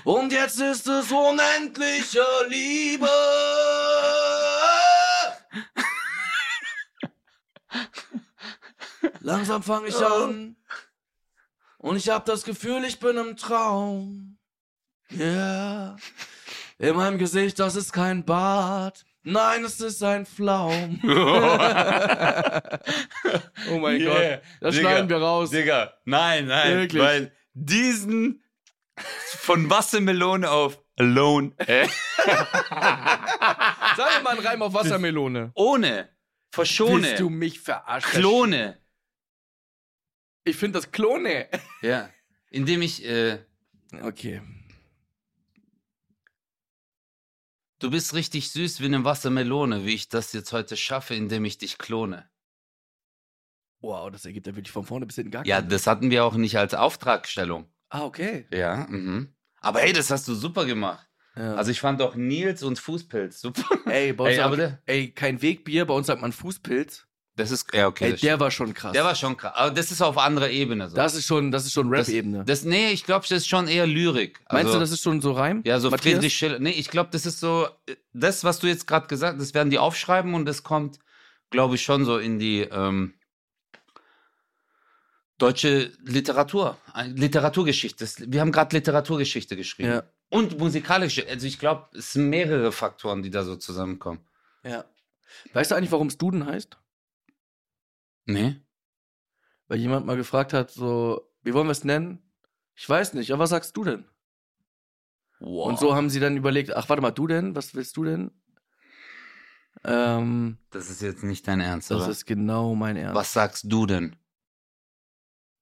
Und jetzt ist es unendliche Liebe. Langsam fange
Oh.
ich an. Und ich hab das Gefühl, ich bin im Traum. Yeah. In meinem Gesicht, das ist kein Bart. Nein, es ist ein Flaum. Oh mein
Yeah,
Gott. Das
Digga,
schneiden wir raus.
Digga, nein, nein.
Wirklich.
Weil diesen von Wassermelone auf Alone, äh,
Sag mir mal einen Reim auf Wassermelone.
ohne,
Willst du
verschone,
mich verarschen?
klone.
Ich finde das Klone.
Ja, indem ich, äh,
Okay.
du bist richtig süß wie eine Wassermelone, wie ich das jetzt heute schaffe, indem ich dich klone.
Wow, das ergibt ja wirklich von vorne bis hinten gar
Ja,
keinen-
das hatten wir auch nicht als Auftragstellung.
Ah, okay.
Ja, mhm. Aber hey, das hast du super gemacht.
Ja.
Also ich fand auch Nils und Fußpilz super.
ey, bei uns
Ey,
sagt-
aber der,
ey, kein Wegbier, bei uns sagt man Fußpilz.
das ist, ja, okay.
Ey,
das
der war schon krass.
Der war schon krass. Aber das ist auf anderer Ebene. So.
das ist schon, das ist schon
Das-
Rap-Ebene.
Das, nee, ich glaube, das ist schon eher Lyrik.
Meinst
Also,
du, das ist schon so Reim?
Ja, so
Matthias?
Friedrich Schiller. Nee, ich glaube, das ist so, äh, das, was du jetzt gerade gesagt hast, das werden die aufschreiben und das kommt, glaube ich, schon so in die ähm, deutsche Literatur, äh, Literaturgeschichte. Das, wir haben gerade Literaturgeschichte geschrieben.
Ja.
Und musikalische. Also ich glaube, es sind mehrere Faktoren, die da so zusammenkommen.
Ja. Weißt du eigentlich, warum es Duden heißt?
Nee?
weil jemand mal gefragt hat, so, wie wollen wir es nennen? Ich weiß nicht, aber was sagst du denn?
Wow.
Und so haben sie dann überlegt, ach, warte mal, du denn? Was willst du denn? Ähm,
das ist jetzt nicht dein Ernst,
das
oder?
ist genau mein Ernst.
Was sagst du denn?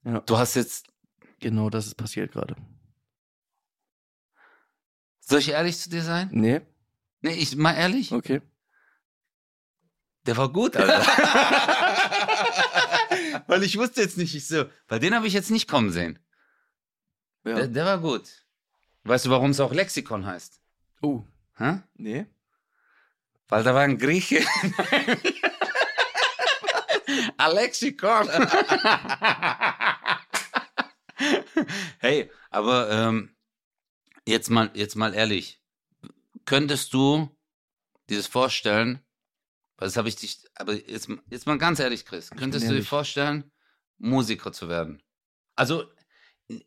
Ja.
Du hast jetzt,
Genau das ist passiert gerade.
soll ich ehrlich zu dir sein?
Nee?
Nee, ich mal ehrlich.
Okay.
Der war gut, Alter. Weil ich wusste jetzt nicht, ich so, bei den habe ich jetzt nicht kommen sehen. Der,
Ja.
der war gut. Weißt du, warum es auch Lexikon heißt?
Oh,
Hä?
nee?
Weil da war ein Grieche. Alexikon. hey, aber ähm, jetzt, mal, jetzt mal ehrlich. Könntest du dir das vorstellen? weil Das habe ich dich. Aber jetzt, jetzt mal ganz ehrlich, Chris. Könntest du dir
ehrlich.
vorstellen, Musiker zu werden? Also,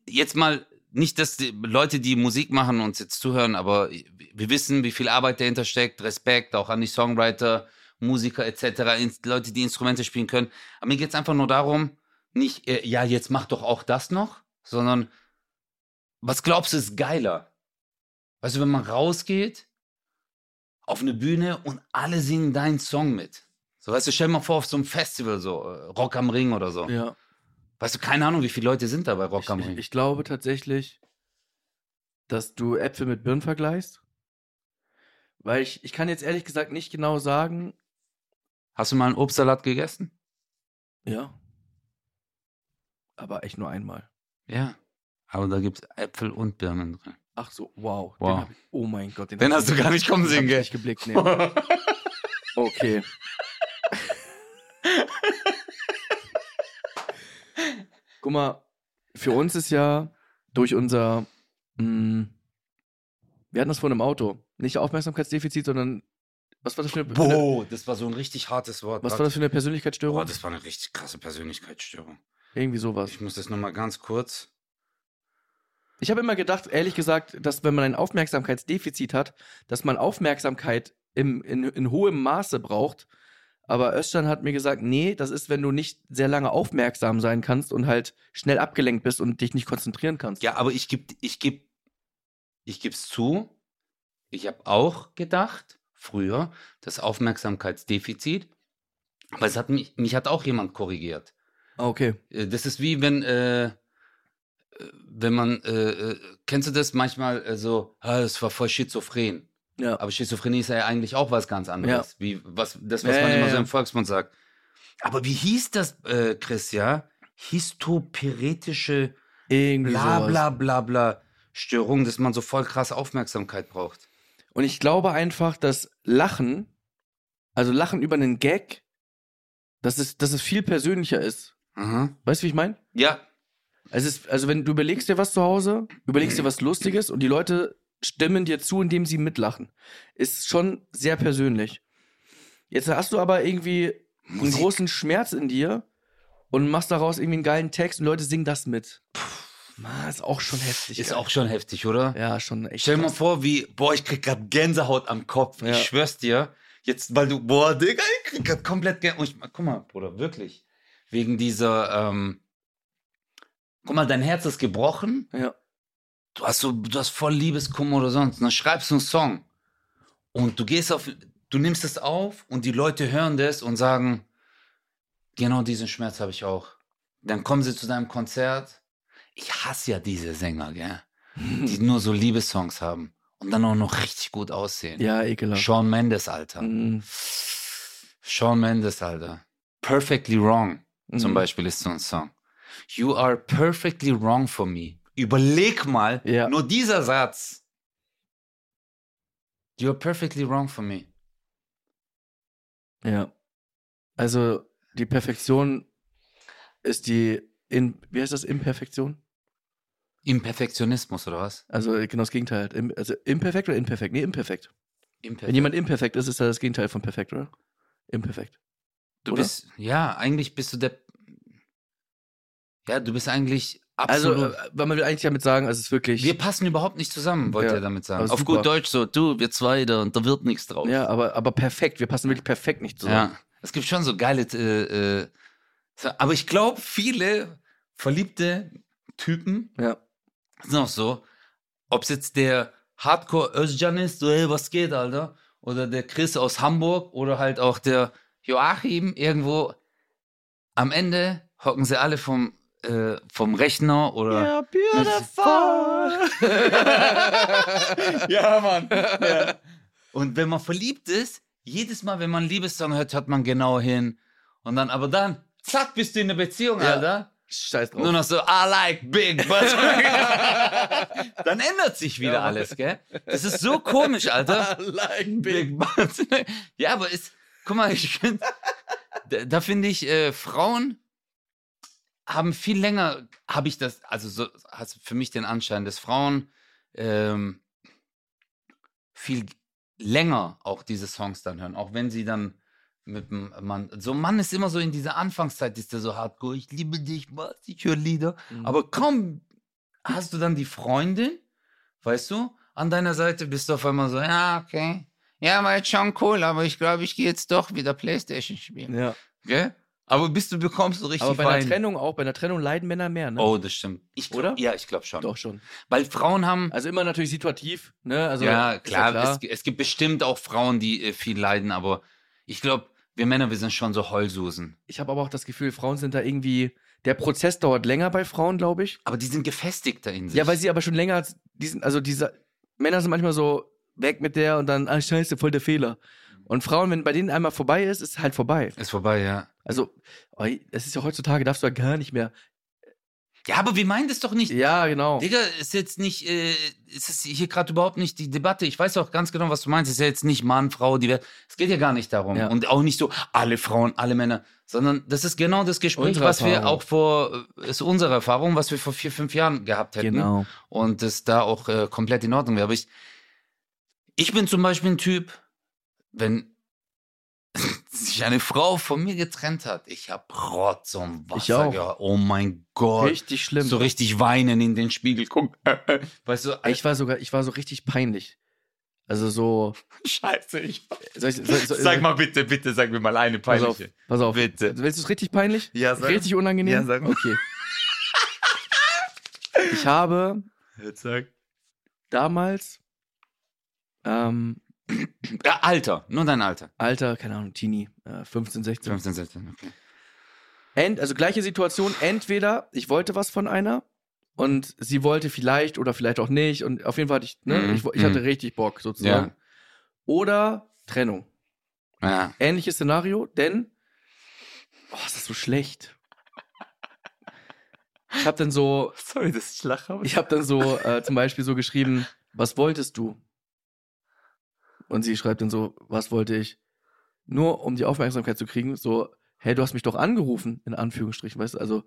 jetzt mal nicht, dass die Leute, die Musik machen, uns jetzt zuhören, aber wir wissen, wie viel Arbeit dahinter steckt, Respekt auch an die Songwriter, Musiker etc., Ins- Leute, die Instrumente spielen können. Aber mir geht es einfach nur darum, nicht, äh, ja, jetzt mach doch auch das noch, sondern was glaubst du ist geiler? Weißt du, wenn man rausgeht auf eine Bühne und alle singen deinen Song mit. So, weißt du, stell dir mal vor, auf so einem Festival, so äh, Rock am Ring oder so.
Ja.
Weißt du, keine Ahnung, wie viele Leute sind da bei Rock
Ich,
am
ich,
Ring.
ich glaube tatsächlich, dass du Äpfel mit Birnen vergleichst. Weil ich, ich kann jetzt ehrlich gesagt nicht genau sagen.
Hast du mal einen Obstsalat gegessen?
Ja. Aber echt nur einmal.
Ja. Aber da gibt's Äpfel und Birnen drin.
Ach so, wow.
Wow.
Den hab ich, oh mein Gott.
Den
hab
hast
ich-
du gar nicht kommen
den
sehen,
hab ich
gell?
nicht geblickt, nee. Okay. Guck mal, für uns ist ja durch unser, mh, wir hatten das vorhin im Auto, nicht Aufmerksamkeitsdefizit, sondern was war das für eine, eine
Boah, das war so ein richtig hartes Wort.
was war
Warte.
das für eine Persönlichkeitsstörung?
Boah, das war eine richtig krasse Persönlichkeitsstörung.
Irgendwie sowas.
Ich muss das nochmal ganz kurz.
Ich habe immer gedacht, ehrlich gesagt, dass wenn man ein Aufmerksamkeitsdefizit hat, dass man Aufmerksamkeit im, in, in hohem Maße braucht. Aber Östern hat mir gesagt, nee, das ist, wenn du nicht sehr lange aufmerksam sein kannst und halt schnell abgelenkt bist und dich nicht konzentrieren kannst.
Ja, aber ich geb, ich geb, ich geb's zu. Ich habe auch gedacht, früher, das Aufmerksamkeitsdefizit. Aber es hat mich, mich hat auch jemand korrigiert.
Ah, okay.
Äh, Das ist wie wenn, äh, äh, wenn man, äh, äh, kennst du das manchmal äh, so, ah, das war voll schizophren.
Ja.
Aber Schizophrenie ist ja eigentlich auch was ganz anderes. Wie was, das, was
Ja,
man
ja,
immer so
ja.
im Volksmund sagt. Aber wie hieß das, äh, Chris, ja? Histopiretische
Irgendwie
bla
sowas.
bla bla bla Störung, dass man so voll krass Aufmerksamkeit braucht.
Und ich glaube einfach, dass Lachen, also Lachen über einen Gag, dass es, dass es viel persönlicher ist.
Aha.
Weißt du, wie ich meine?
Ja,
Es ist, also wenn du überlegst dir was zu Hause, überlegst dir was Lustiges und die Leute stimmen dir zu, indem sie mitlachen. Ist schon sehr persönlich. Jetzt hast du aber irgendwie einen
Musik.
großen Schmerz in dir und machst daraus irgendwie einen geilen Text und Leute singen das mit. Man, ist auch schon heftig.
ist
ey.
auch schon heftig, oder?
Ja, schon echt.
Stell dir mal
krass.
vor, wie, boah, ich krieg grad Gänsehaut am Kopf.
Ja.
Ich schwör's dir. Jetzt, weil du, boah, Digga, ich krieg grad komplett Gänsehaut. Guck mal, Bruder, wirklich. Wegen dieser, ähm, guck mal, dein Herz ist gebrochen.
Ja.
Du hast so, du hast voll Liebeskummer oder sonst. Und dann schreibst du einen Song. Und du gehst auf, du nimmst es auf und die Leute hören das und sagen, genau diesen Schmerz habe ich auch. Dann kommen sie zu deinem Konzert. Ich hasse ja diese Sänger, gell?
Mhm.
die nur so Liebessongs haben und dann auch noch richtig gut aussehen.
Ja, ekelhaft.
Sean Mendes, Alter.
Mhm.
Sean Mendes, Alter. Perfectly Wrong zum
Mhm.
Beispiel ist so ein Song. You are perfectly wrong for me. Überleg mal,
Ja.
nur dieser Satz. You are perfectly wrong for me.
Ja. Also die Perfektion ist die in wie heißt das Imperfektion?
Imperfektionismus oder was?
Also genau das Gegenteil. halt. Im, also imperfekt oder imperfekt? Nee, imperfekt. Wenn
Imperfekt.
jemand imperfekt ist, ist er das Gegenteil von perfekt, oder? Imperfekt.
Du
oder?
bist, ja, eigentlich bist du der. Ja, du bist eigentlich
Also,
absolut.
äh, weil man will eigentlich damit sagen, also es ist wirklich.
Wir passen überhaupt nicht zusammen, wollte
Ja,
er damit sagen.
aber
Auf
super.
gut Deutsch so, du, wir zwei, da, da wird nichts draus.
ja, aber, aber perfekt. Wir passen wirklich perfekt nicht zusammen.
Ja. Es gibt schon so geile äh, äh, So, aber ich glaube, viele verliebte Typen
Ja.
sind auch so, ob es jetzt der Hardcore Özcan ist, so, hey, was geht, Alter? Oder der Chris aus Hamburg oder halt auch der Joachim irgendwo. Am Ende hocken sie alle vom, äh, vom Rechner oder. ja, Mann. Und wenn man verliebt ist, jedes Mal, wenn man einen Liebessong hört, hört man genau hin. Und dann, aber dann, zack, bist du in einer Beziehung,
Ja.
Alter.
Scheiß drauf.
Nur noch so, I like big but. dann ändert sich wieder
Ja, Mann.
alles, gell? Das ist so komisch, Alter.
like
Big Butt. ja, aber ist, guck mal, ich find, da, da finde ich, äh, Frauen haben viel länger, habe ich das, also so hast für mich den Anschein, dass Frauen ähm, viel länger auch diese Songs dann hören, auch wenn sie dann mit dem Mann, so ein Mann ist immer so in dieser Anfangszeit, ist der so hardcore, ich liebe dich, was, ich höre Lieder,
Hm.
aber kaum hast du dann die Freundin, weißt du, an deiner Seite bist du auf einmal so, ja, okay. Ja, war jetzt schon cool, aber ich glaube, ich gehe jetzt doch wieder Playstation spielen.
Ja.
Gell? Aber bis du bekommst so richtig
Aber bei einer
Wein.
Trennung auch, bei einer Trennung leiden Männer mehr, ne?
Oh, das stimmt. Ich glaub,
Oder?
Ja, ich glaube schon.
Doch schon.
Weil Frauen haben.
Also immer natürlich situativ, ne? Also,
ja,
ist
klar, Es, es gibt bestimmt auch Frauen, die äh, viel leiden, aber ich glaube, wir Männer, wir sind schon so Heulsusen.
ich habe aber auch das Gefühl, Frauen sind da irgendwie. Der Prozess dauert länger bei Frauen, glaube ich.
Aber die sind gefestigter in sich.
Ja, weil sie aber schon länger als diesen, also diese Männer sind manchmal so weg mit der und dann, ah, scheiße, voll der Fehler. Und Frauen, wenn bei denen einmal vorbei ist, ist halt vorbei.
Ist vorbei, ja.
Also, oh, es ist ja heutzutage, darfst du ja gar nicht mehr.
Ja, aber wir meinen das doch nicht.
Ja, genau.
Digga, ist jetzt nicht, äh, ist es hier gerade überhaupt nicht die Debatte. Ich weiß auch ganz genau, was du meinst. Es ist ja jetzt nicht Mann, Frau, die Welt. Es geht ja gar nicht darum.
Ja.
Und auch nicht so, alle Frauen, alle Männer, sondern das ist genau das Gespräch,
Unsere
was wir
Erfahrung.
auch vor, äh, ist unsere Erfahrung, was wir vor vier, fünf Jahren gehabt hätten.
Genau.
Und das da auch äh, komplett in Ordnung wäre. Aber ich, ich bin zum Beispiel ein Typ, wenn sich eine Frau von mir getrennt hat, ich hab Rotz und Wasser
Ich auch.
gehabt. Oh mein Gott.
Richtig schlimm.
So richtig weinen in den Spiegel gucken. Weißt du,
ich war sogar, ich war so richtig peinlich. Also so.
scheiße. Ich,
Soll ich, soll, soll,
sag mal bitte, bitte, sag mir mal eine
pass auf,
peinliche.
pass auf.
Bitte.
Willst du es richtig peinlich?
Ja, sag-
Richtig unangenehm?
Ja, sag mal.
Okay. Ich habe
Jetzt sag.
damals, ähm,
Ja, Alter, nur dein Alter.
Alter, keine Ahnung, Teenie, äh, 15, 16.
15, 16, okay.
Ent, also gleiche Situation, entweder ich wollte was von einer und sie wollte vielleicht oder vielleicht auch nicht und auf jeden Fall hatte ich, ne,
Mhm.
ich, wo- ich hatte richtig Bock sozusagen.
Ja.
Oder Trennung.
Ja.
Ähnliches Szenario, denn oh, ist das so schlecht. Ich habe dann so,
Sorry, dass ich lache. aber-
ich habe dann so äh, zum Beispiel so geschrieben, was wolltest du? Und sie schreibt dann so, was wollte ich? Nur um die Aufmerksamkeit zu kriegen, so, hey, du hast mich doch angerufen, in Anführungsstrichen, weißt du, also,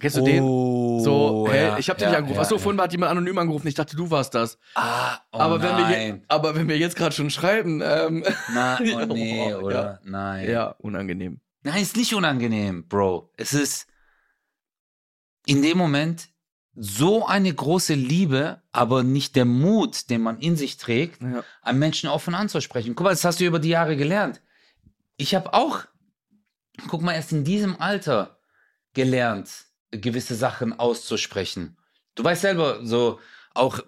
kennst du den?
Oh,
So, hey,
ja,
ich hab dich
ja,
nicht angerufen.
ja,
Achso,
ja.
vorhin hat jemand anonym angerufen, ich dachte, du warst das.
Ah, oh
aber, wenn wir
nein.
je, aber wenn wir jetzt gerade schon schreiben, ähm,
Na, oh nee,
Oh,
oder? Nein.
ja, unangenehm.
Nein, ist nicht unangenehm, Bro. Es ist in dem Moment so eine große Liebe, aber nicht der Mut, den man in sich trägt,
Ja.
einen Menschen offen anzusprechen. Guck mal, das hast du über die Jahre gelernt. Ich habe auch, guck mal, erst in diesem Alter gelernt, gewisse Sachen auszusprechen. Du weißt selber, so auch, äh,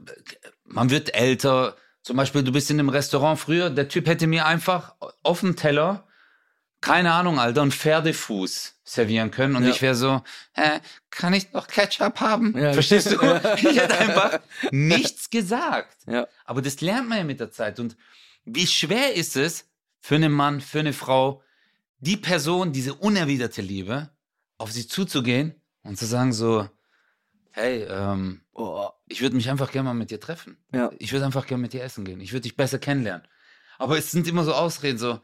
man wird älter. Zum Beispiel, du bist in einem Restaurant früher, der Typ hätte mir einfach auf dem Teller, keine Ahnung, Alter, einen Pferdefuß servieren können. Und
Ja.
ich wäre so, äh, kann ich noch Ketchup haben?
Ja.
Verstehst du? Ich hätte einfach nichts gesagt.
Ja.
Aber das lernt man ja mit der Zeit. Und wie schwer ist es für einen Mann, für eine Frau, die Person, diese unerwiderte Liebe, auf sie zuzugehen und zu sagen so, hey, ähm,
Oh,
ich würde mich einfach gerne mal mit dir treffen.
Ja.
Ich würde einfach gerne mit dir essen gehen. Ich würde dich besser kennenlernen. Aber es sind immer so Ausreden, so,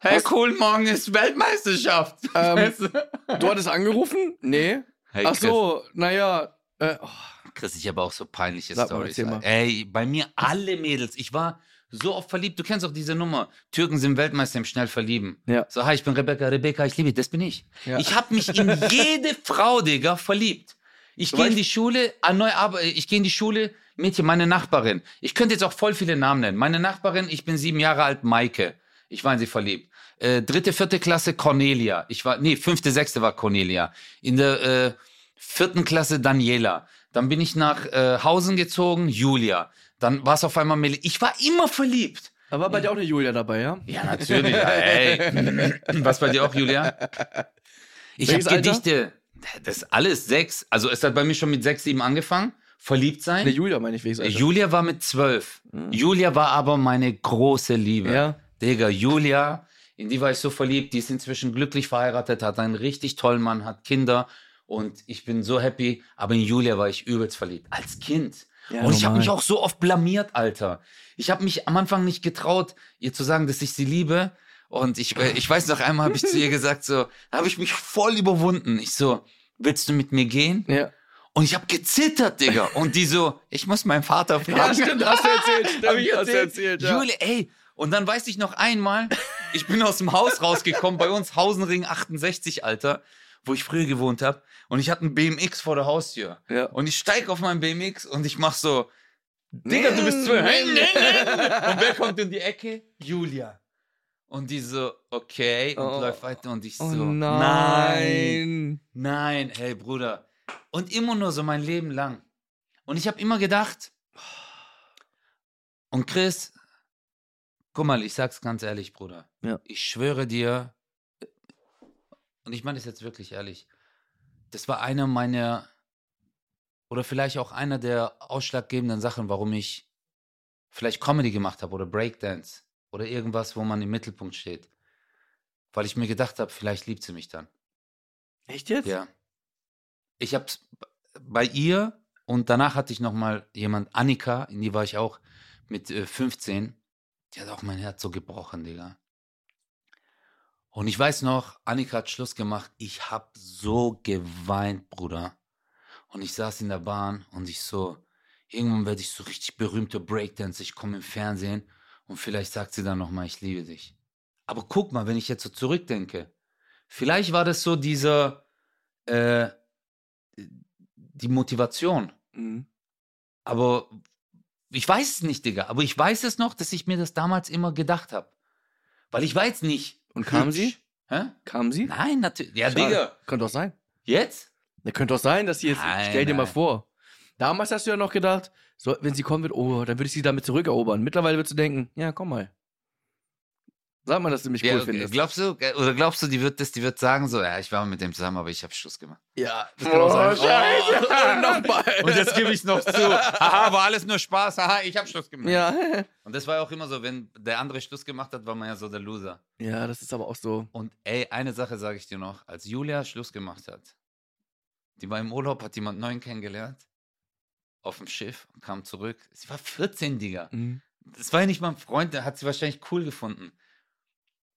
hey,
Was?
cool, morgen ist Weltmeisterschaft.
Ähm,
Weißt du?
Du hattest angerufen? Nee.
hey,
Ach so, naja. Äh, oh,
Chris, ich habe auch so peinliche
Sag mal,
Stories.
erzähl mal.
Ey, bei mir alle Mädels. Ich war so oft verliebt. Du kennst auch diese Nummer. Türken sind Weltmeister im schnell verlieben.
Ja.
So, hi, ich bin Rebecca. Rebecca, ich liebe dich. Das bin ich.
Ja.
Ich habe mich in jede Frau, Digga, verliebt. Ich gehe in
weißt-
die Schule, ah, neu, aber ich gehe in die Schule, Mädchen, meine Nachbarin. Ich könnte jetzt auch voll viele Namen nennen. Meine Nachbarin, ich bin sieben Jahre alt, Maike. Ich war in sie verliebt. Äh, dritte, vierte Klasse Cornelia. Ich war, nee, fünfte, sechste war Cornelia. In der äh, vierten Klasse Daniela. Dann bin ich nach äh, Hausen gezogen, Julia. Dann war es auf einmal Mel. Ich war immer verliebt.
Da war bei dir auch eine Julia dabei, ja?
Ja, natürlich. Ey. Was bei dir auch, Julia? Ich habe
Welches Alter?
Gedichte. Das ist alles sechs. Also es hat bei mir schon mit sechs, sieben angefangen. Verliebt sein.
Eine Julia meine ich wegen
Äh, Julia war mit zwölf. Julia war aber meine große Liebe.
Ja.
Digga, Julia, in die war ich so verliebt. Die ist inzwischen glücklich verheiratet, hat einen richtig tollen Mann, hat Kinder. Und ich bin so happy. Aber in Julia war ich übelst verliebt. Als Kind.
Ja,
und ich habe
normal.
mich auch so oft blamiert, Alter. Ich habe mich am Anfang nicht getraut, ihr zu sagen, dass ich sie liebe. Und ich, äh, ich weiß noch einmal, habe ich zu ihr gesagt, so, da habe ich mich voll überwunden. Ich so, willst du mit mir gehen?
Ja.
Und ich habe gezittert, Digga. Und die so, ich muss meinen Vater fragen.
ja, stimmt, hast du erzählt. Stimmt,
Hab
hast
ich
du erzählt, ja.
Jule, ey. Und dann weiß ich noch einmal, ich bin aus dem Haus rausgekommen, bei uns Hausenring 68, Alter, wo ich früher gewohnt habe. Und ich hatte einen BMX vor der Haustür.
Ja.
Und ich steig auf meinen BMX und ich mach so, Digga, du bist zwölf. Häng, häng, häng. Und wer kommt in die Ecke? Julia. Und die so, okay, und
Oh.
läuft weiter. Und ich so,
Oh
nein.
nein.
Nein, ey Bruder. Und immer nur so mein Leben lang. Und ich habe immer gedacht, und Chris, guck mal, ich sag's ganz ehrlich, Bruder.
Ja.
Ich schwöre dir, und ich meine das jetzt wirklich ehrlich, das war einer meiner, oder vielleicht auch einer der ausschlaggebenden Sachen, warum ich vielleicht Comedy gemacht habe oder Breakdance oder irgendwas, wo man im Mittelpunkt steht. Weil ich mir gedacht habe, vielleicht liebt sie mich dann.
Echt jetzt?
Ja. Ich hab's b- bei ihr und danach hatte ich nochmal jemand, Annika, in die war ich auch mit äh, 15. Die hat auch mein Herz so gebrochen, Digga. Und ich weiß noch, Annika hat Schluss gemacht. Ich hab so geweint, Bruder. Und ich saß in der Bahn und ich so, irgendwann werde ich so richtig berühmter Breakdance. Ich komme im Fernsehen und vielleicht sagt sie dann nochmal, ich liebe dich. Aber guck mal, wenn ich jetzt so zurückdenke, vielleicht war das so dieser, äh, die Motivation.
Mhm.
Aber ich weiß es nicht, Digga. Aber ich weiß es noch, dass ich mir das damals immer gedacht habe. Weil ich weiß nicht.
Und kam
hübsch.
sie?
Hä?
Kam sie?
Nein, natürlich. Ja,
Schade.
Digga.
Könnte doch sein.
Jetzt?
Ja, könnte doch sein, dass sie jetzt.
Nein,
stell dir mal
nein.
vor. Damals hast du ja noch gedacht, so, wenn sie kommen wird, oh, dann würde ich sie damit zurückerobern. Mittlerweile würdest du denken, ja, komm mal. Sag mal, dass du mich
Ja,
cool
okay.
findest.
glaubst du, äh, oder glaubst du, die wird das, die wird sagen so, ja, ich war mit dem zusammen, aber ich habe Schluss gemacht.
Ja, das
Oh,
Scheiße.
Scheiße.
Oh, nochmal.
Und das gebe ich noch zu. Haha, war alles nur Spaß. Haha, ich habe Schluss gemacht.
Ja.
Und das war ja auch immer so, wenn der andere Schluss gemacht hat, war man ja so der Loser.
Ja, das ist aber auch so.
Und ey, eine Sache sage ich dir noch. Als Julia Schluss gemacht hat, die war im Urlaub, hat jemand Neuen kennengelernt, auf dem Schiff, kam zurück. Sie war 14, Digga.
Mhm.
Das war ja nicht mal ein Freund, der hat sie wahrscheinlich cool gefunden.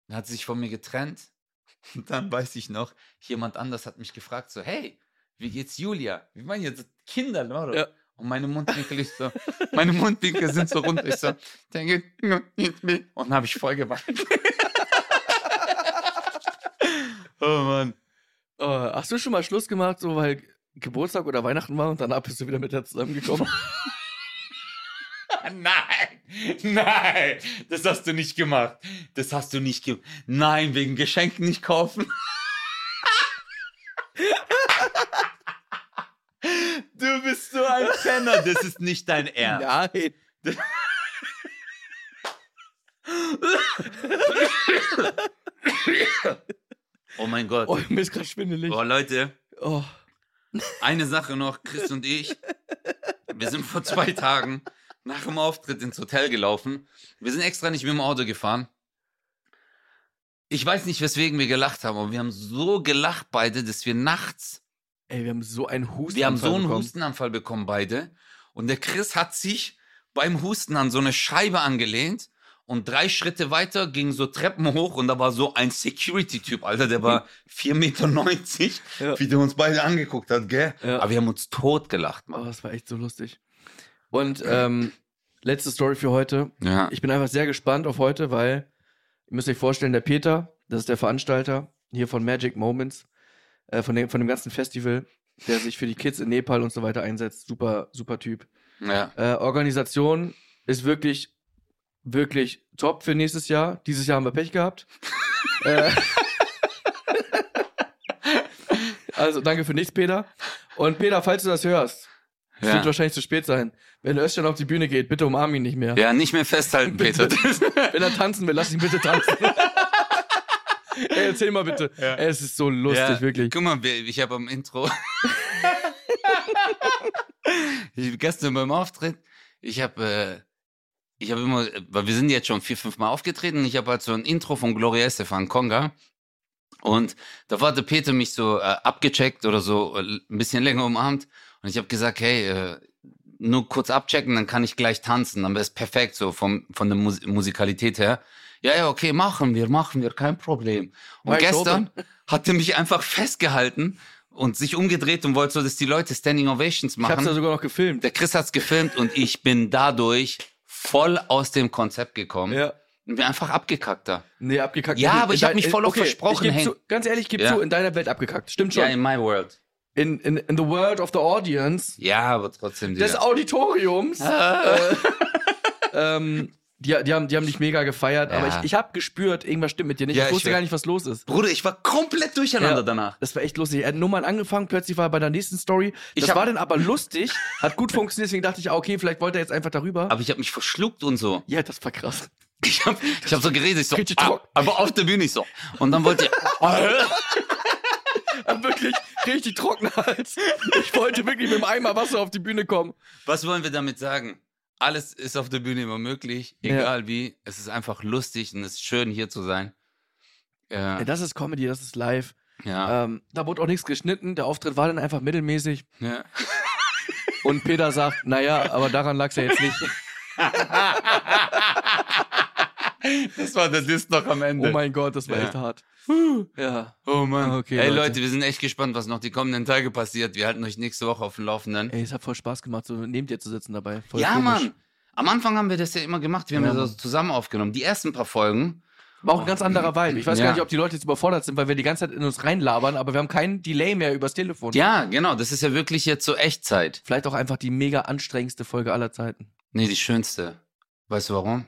Dann hat sie sich von mir getrennt. Und dann weiß ich noch, jemand anders hat mich gefragt, so, hey, wie geht's Julia? Wir meinen jetzt Kinder, ne, oder?
Ja.
Und meine Mundwinkel, ich so, meine Mundwinkel sind so rund, ich so, denke, und dann habe ich voll geweint. oh Mann.
Äh, hast du schon mal Schluss gemacht, so weil Geburtstag oder Weihnachten war und danach bist du wieder mit der zusammengekommen?
Nein, nein, das hast du nicht gemacht. Das hast du nicht gemacht. Nein, wegen Geschenken nicht kaufen. Du bist so ein Penner, das ist nicht dein Ernst.
Nein.
Oh mein Gott.
Oh, mir ist gerade schwindelig.
Oh Leute,
Oh.
eine Sache noch, Chris und ich. Wir sind vor zwei Tagen nach dem Auftritt ins Hotel gelaufen. Wir sind extra nicht mit dem Auto gefahren. Ich weiß nicht, weswegen wir gelacht haben, aber wir haben so gelacht beide, dass wir nachts
Ey, wir haben so einen Husten.
Wir haben so einen Hustenanfall bekommen, beide. Und der Chris hat sich beim Husten an so eine Scheibe angelehnt. Und drei Schritte weiter ging so Treppen hoch und da war so ein Security-Typ, Alter, der war 4,90 Meter,
Ja.
wie der uns beide angeguckt hat, gell?
Ja.
Aber wir haben uns totgelacht,
Oh,
Mann.
das war echt so lustig. Und ähm, letzte Story für heute.
Ja.
Ich bin einfach sehr gespannt auf heute, weil ihr müsst euch vorstellen, der Peter, das ist der Veranstalter hier von Magic Moments, äh, von, dem, von dem ganzen Festival, der sich für die Kids in Nepal und so weiter einsetzt. Super, super Typ.
ja.
Äh, Organisation ist wirklich, wirklich top für nächstes Jahr. Dieses Jahr haben wir Pech gehabt. Äh, also danke für nichts, Peter. Und Peter, falls du das hörst, es wird
Ja.
wahrscheinlich zu spät sein. Wenn Özcan auf die Bühne geht, bitte umarm ihn nicht mehr.
ja, nicht mehr festhalten, Peter.
Wenn er tanzen will, lass ihn bitte tanzen. Ey, erzähl mal bitte. Ey, es ist so lustig,
Ja,
wirklich.
Guck mal, wir- ich habe am Intro. ich, gestern beim Auftritt, ich habe. Äh, ich habe immer, weil wir sind jetzt schon vier, fünf Mal aufgetreten. Ich habe halt so ein Intro von Gloria Estefan Conga. Und da hatte Peter mich so äh, abgecheckt oder so äh, ein bisschen länger umarmt. Und ich habe gesagt, hey, äh, nur kurz abchecken, dann kann ich gleich tanzen. Dann wäre es perfekt, so vom, von der Mus Musikalität her. Ja, ja, okay, machen wir, machen wir, kein Problem. Und
Mike
gestern hat er mich einfach festgehalten und sich umgedreht und wollte so, dass die Leute Standing Ovations
Ich
machen.
hab's ja sogar noch gefilmt.
Der Chris hat's gefilmt und ich bin dadurch voll aus dem Konzept gekommen.
Ja.
Und bin einfach abgekackt da.
Nee, abgekackt.
Ja,
In-
aber
in
ich hab
dein-
mich voll auf versprochen,
ich geb
Hank.
zu, Ganz ehrlich, gib
Ja.
zu, in deiner Welt abgekackt. Stimmt schon.
Ja, in my world.
in, in, in the world of the audience,
Ja, aber trotzdem.
des
Digga.
Auditoriums, äh, ähm, die, die, haben, die haben dich mega gefeiert, aber
Ja.
ich, ich habe gespürt, irgendwas stimmt mit dir nicht.
Ja,
ich
ich
wusste
wär-
gar nicht, was los ist.
Bruder, ich war komplett durcheinander
Ja.
danach.
Das war echt lustig. Er hat Nummern angefangen, plötzlich war er bei der nächsten Story.
Ich
Das
hab-
war dann aber lustig, hat gut funktioniert, deswegen dachte ich, ah, okay, vielleicht wollte er jetzt einfach darüber.
Aber ich habe mich verschluckt und so.
ja, das war krass.
Ich habe ich hab so geredet, ich so,
Richtig
ah,
trocken.
aber auf der Bühne ich so. Und dann wollte ich,
Hat wirklich richtig trockener Hals. Ich wollte wirklich mit dem Eimer Wasser auf die Bühne kommen.
was wollen wir damit sagen? Alles ist auf der Bühne immer möglich,
Ja.
egal wie. Es ist einfach lustig und es ist schön, hier zu sein. Ja,
Ey, das ist Comedy, das ist live.
ja,
Ähm, da wurde auch nichts geschnitten, der Auftritt war dann einfach mittelmäßig.
ja.
Und Peter sagt, naja, aber daran lag's ja jetzt nicht.
Das war der Diss noch am
Oh
Ende.
mein Gott, das war
Ja.
echt hart. Ja.
Oh Mann.
Okay,
Ey
Leute.
Leute. wir sind echt gespannt, was noch die kommenden Tage passiert. Wir halten euch nächste Woche auf dem Laufenden.
Ey, es hat voll Spaß gemacht, so neben dir zu sitzen dabei. Voll
ja,
komisch.
Mann. Am Anfang haben wir das ja immer gemacht. Wir haben
Ja,
ja, so
Mann.
zusammen aufgenommen. Die ersten paar Folgen.
War auch ein ganz anderer Vibe. Ich weiß gar
Ja.
nicht, ob die Leute jetzt überfordert sind, weil wir die ganze Zeit in uns reinlabern, aber wir haben keinen Delay mehr übers Telefon.
Ja, genau. Das ist ja wirklich jetzt so Echtzeit.
Vielleicht auch einfach die mega anstrengendste Folge aller Zeiten.
Nee, die schönste. Weißt du warum?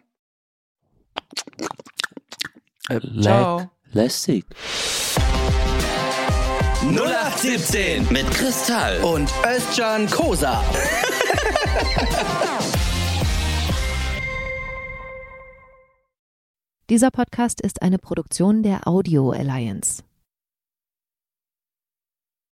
Äh,
Ciao. Lästig.
0817
Mit Kristall.
und Özcan Kosa.
Dieser Podcast ist eine Produktion der Audio Alliance.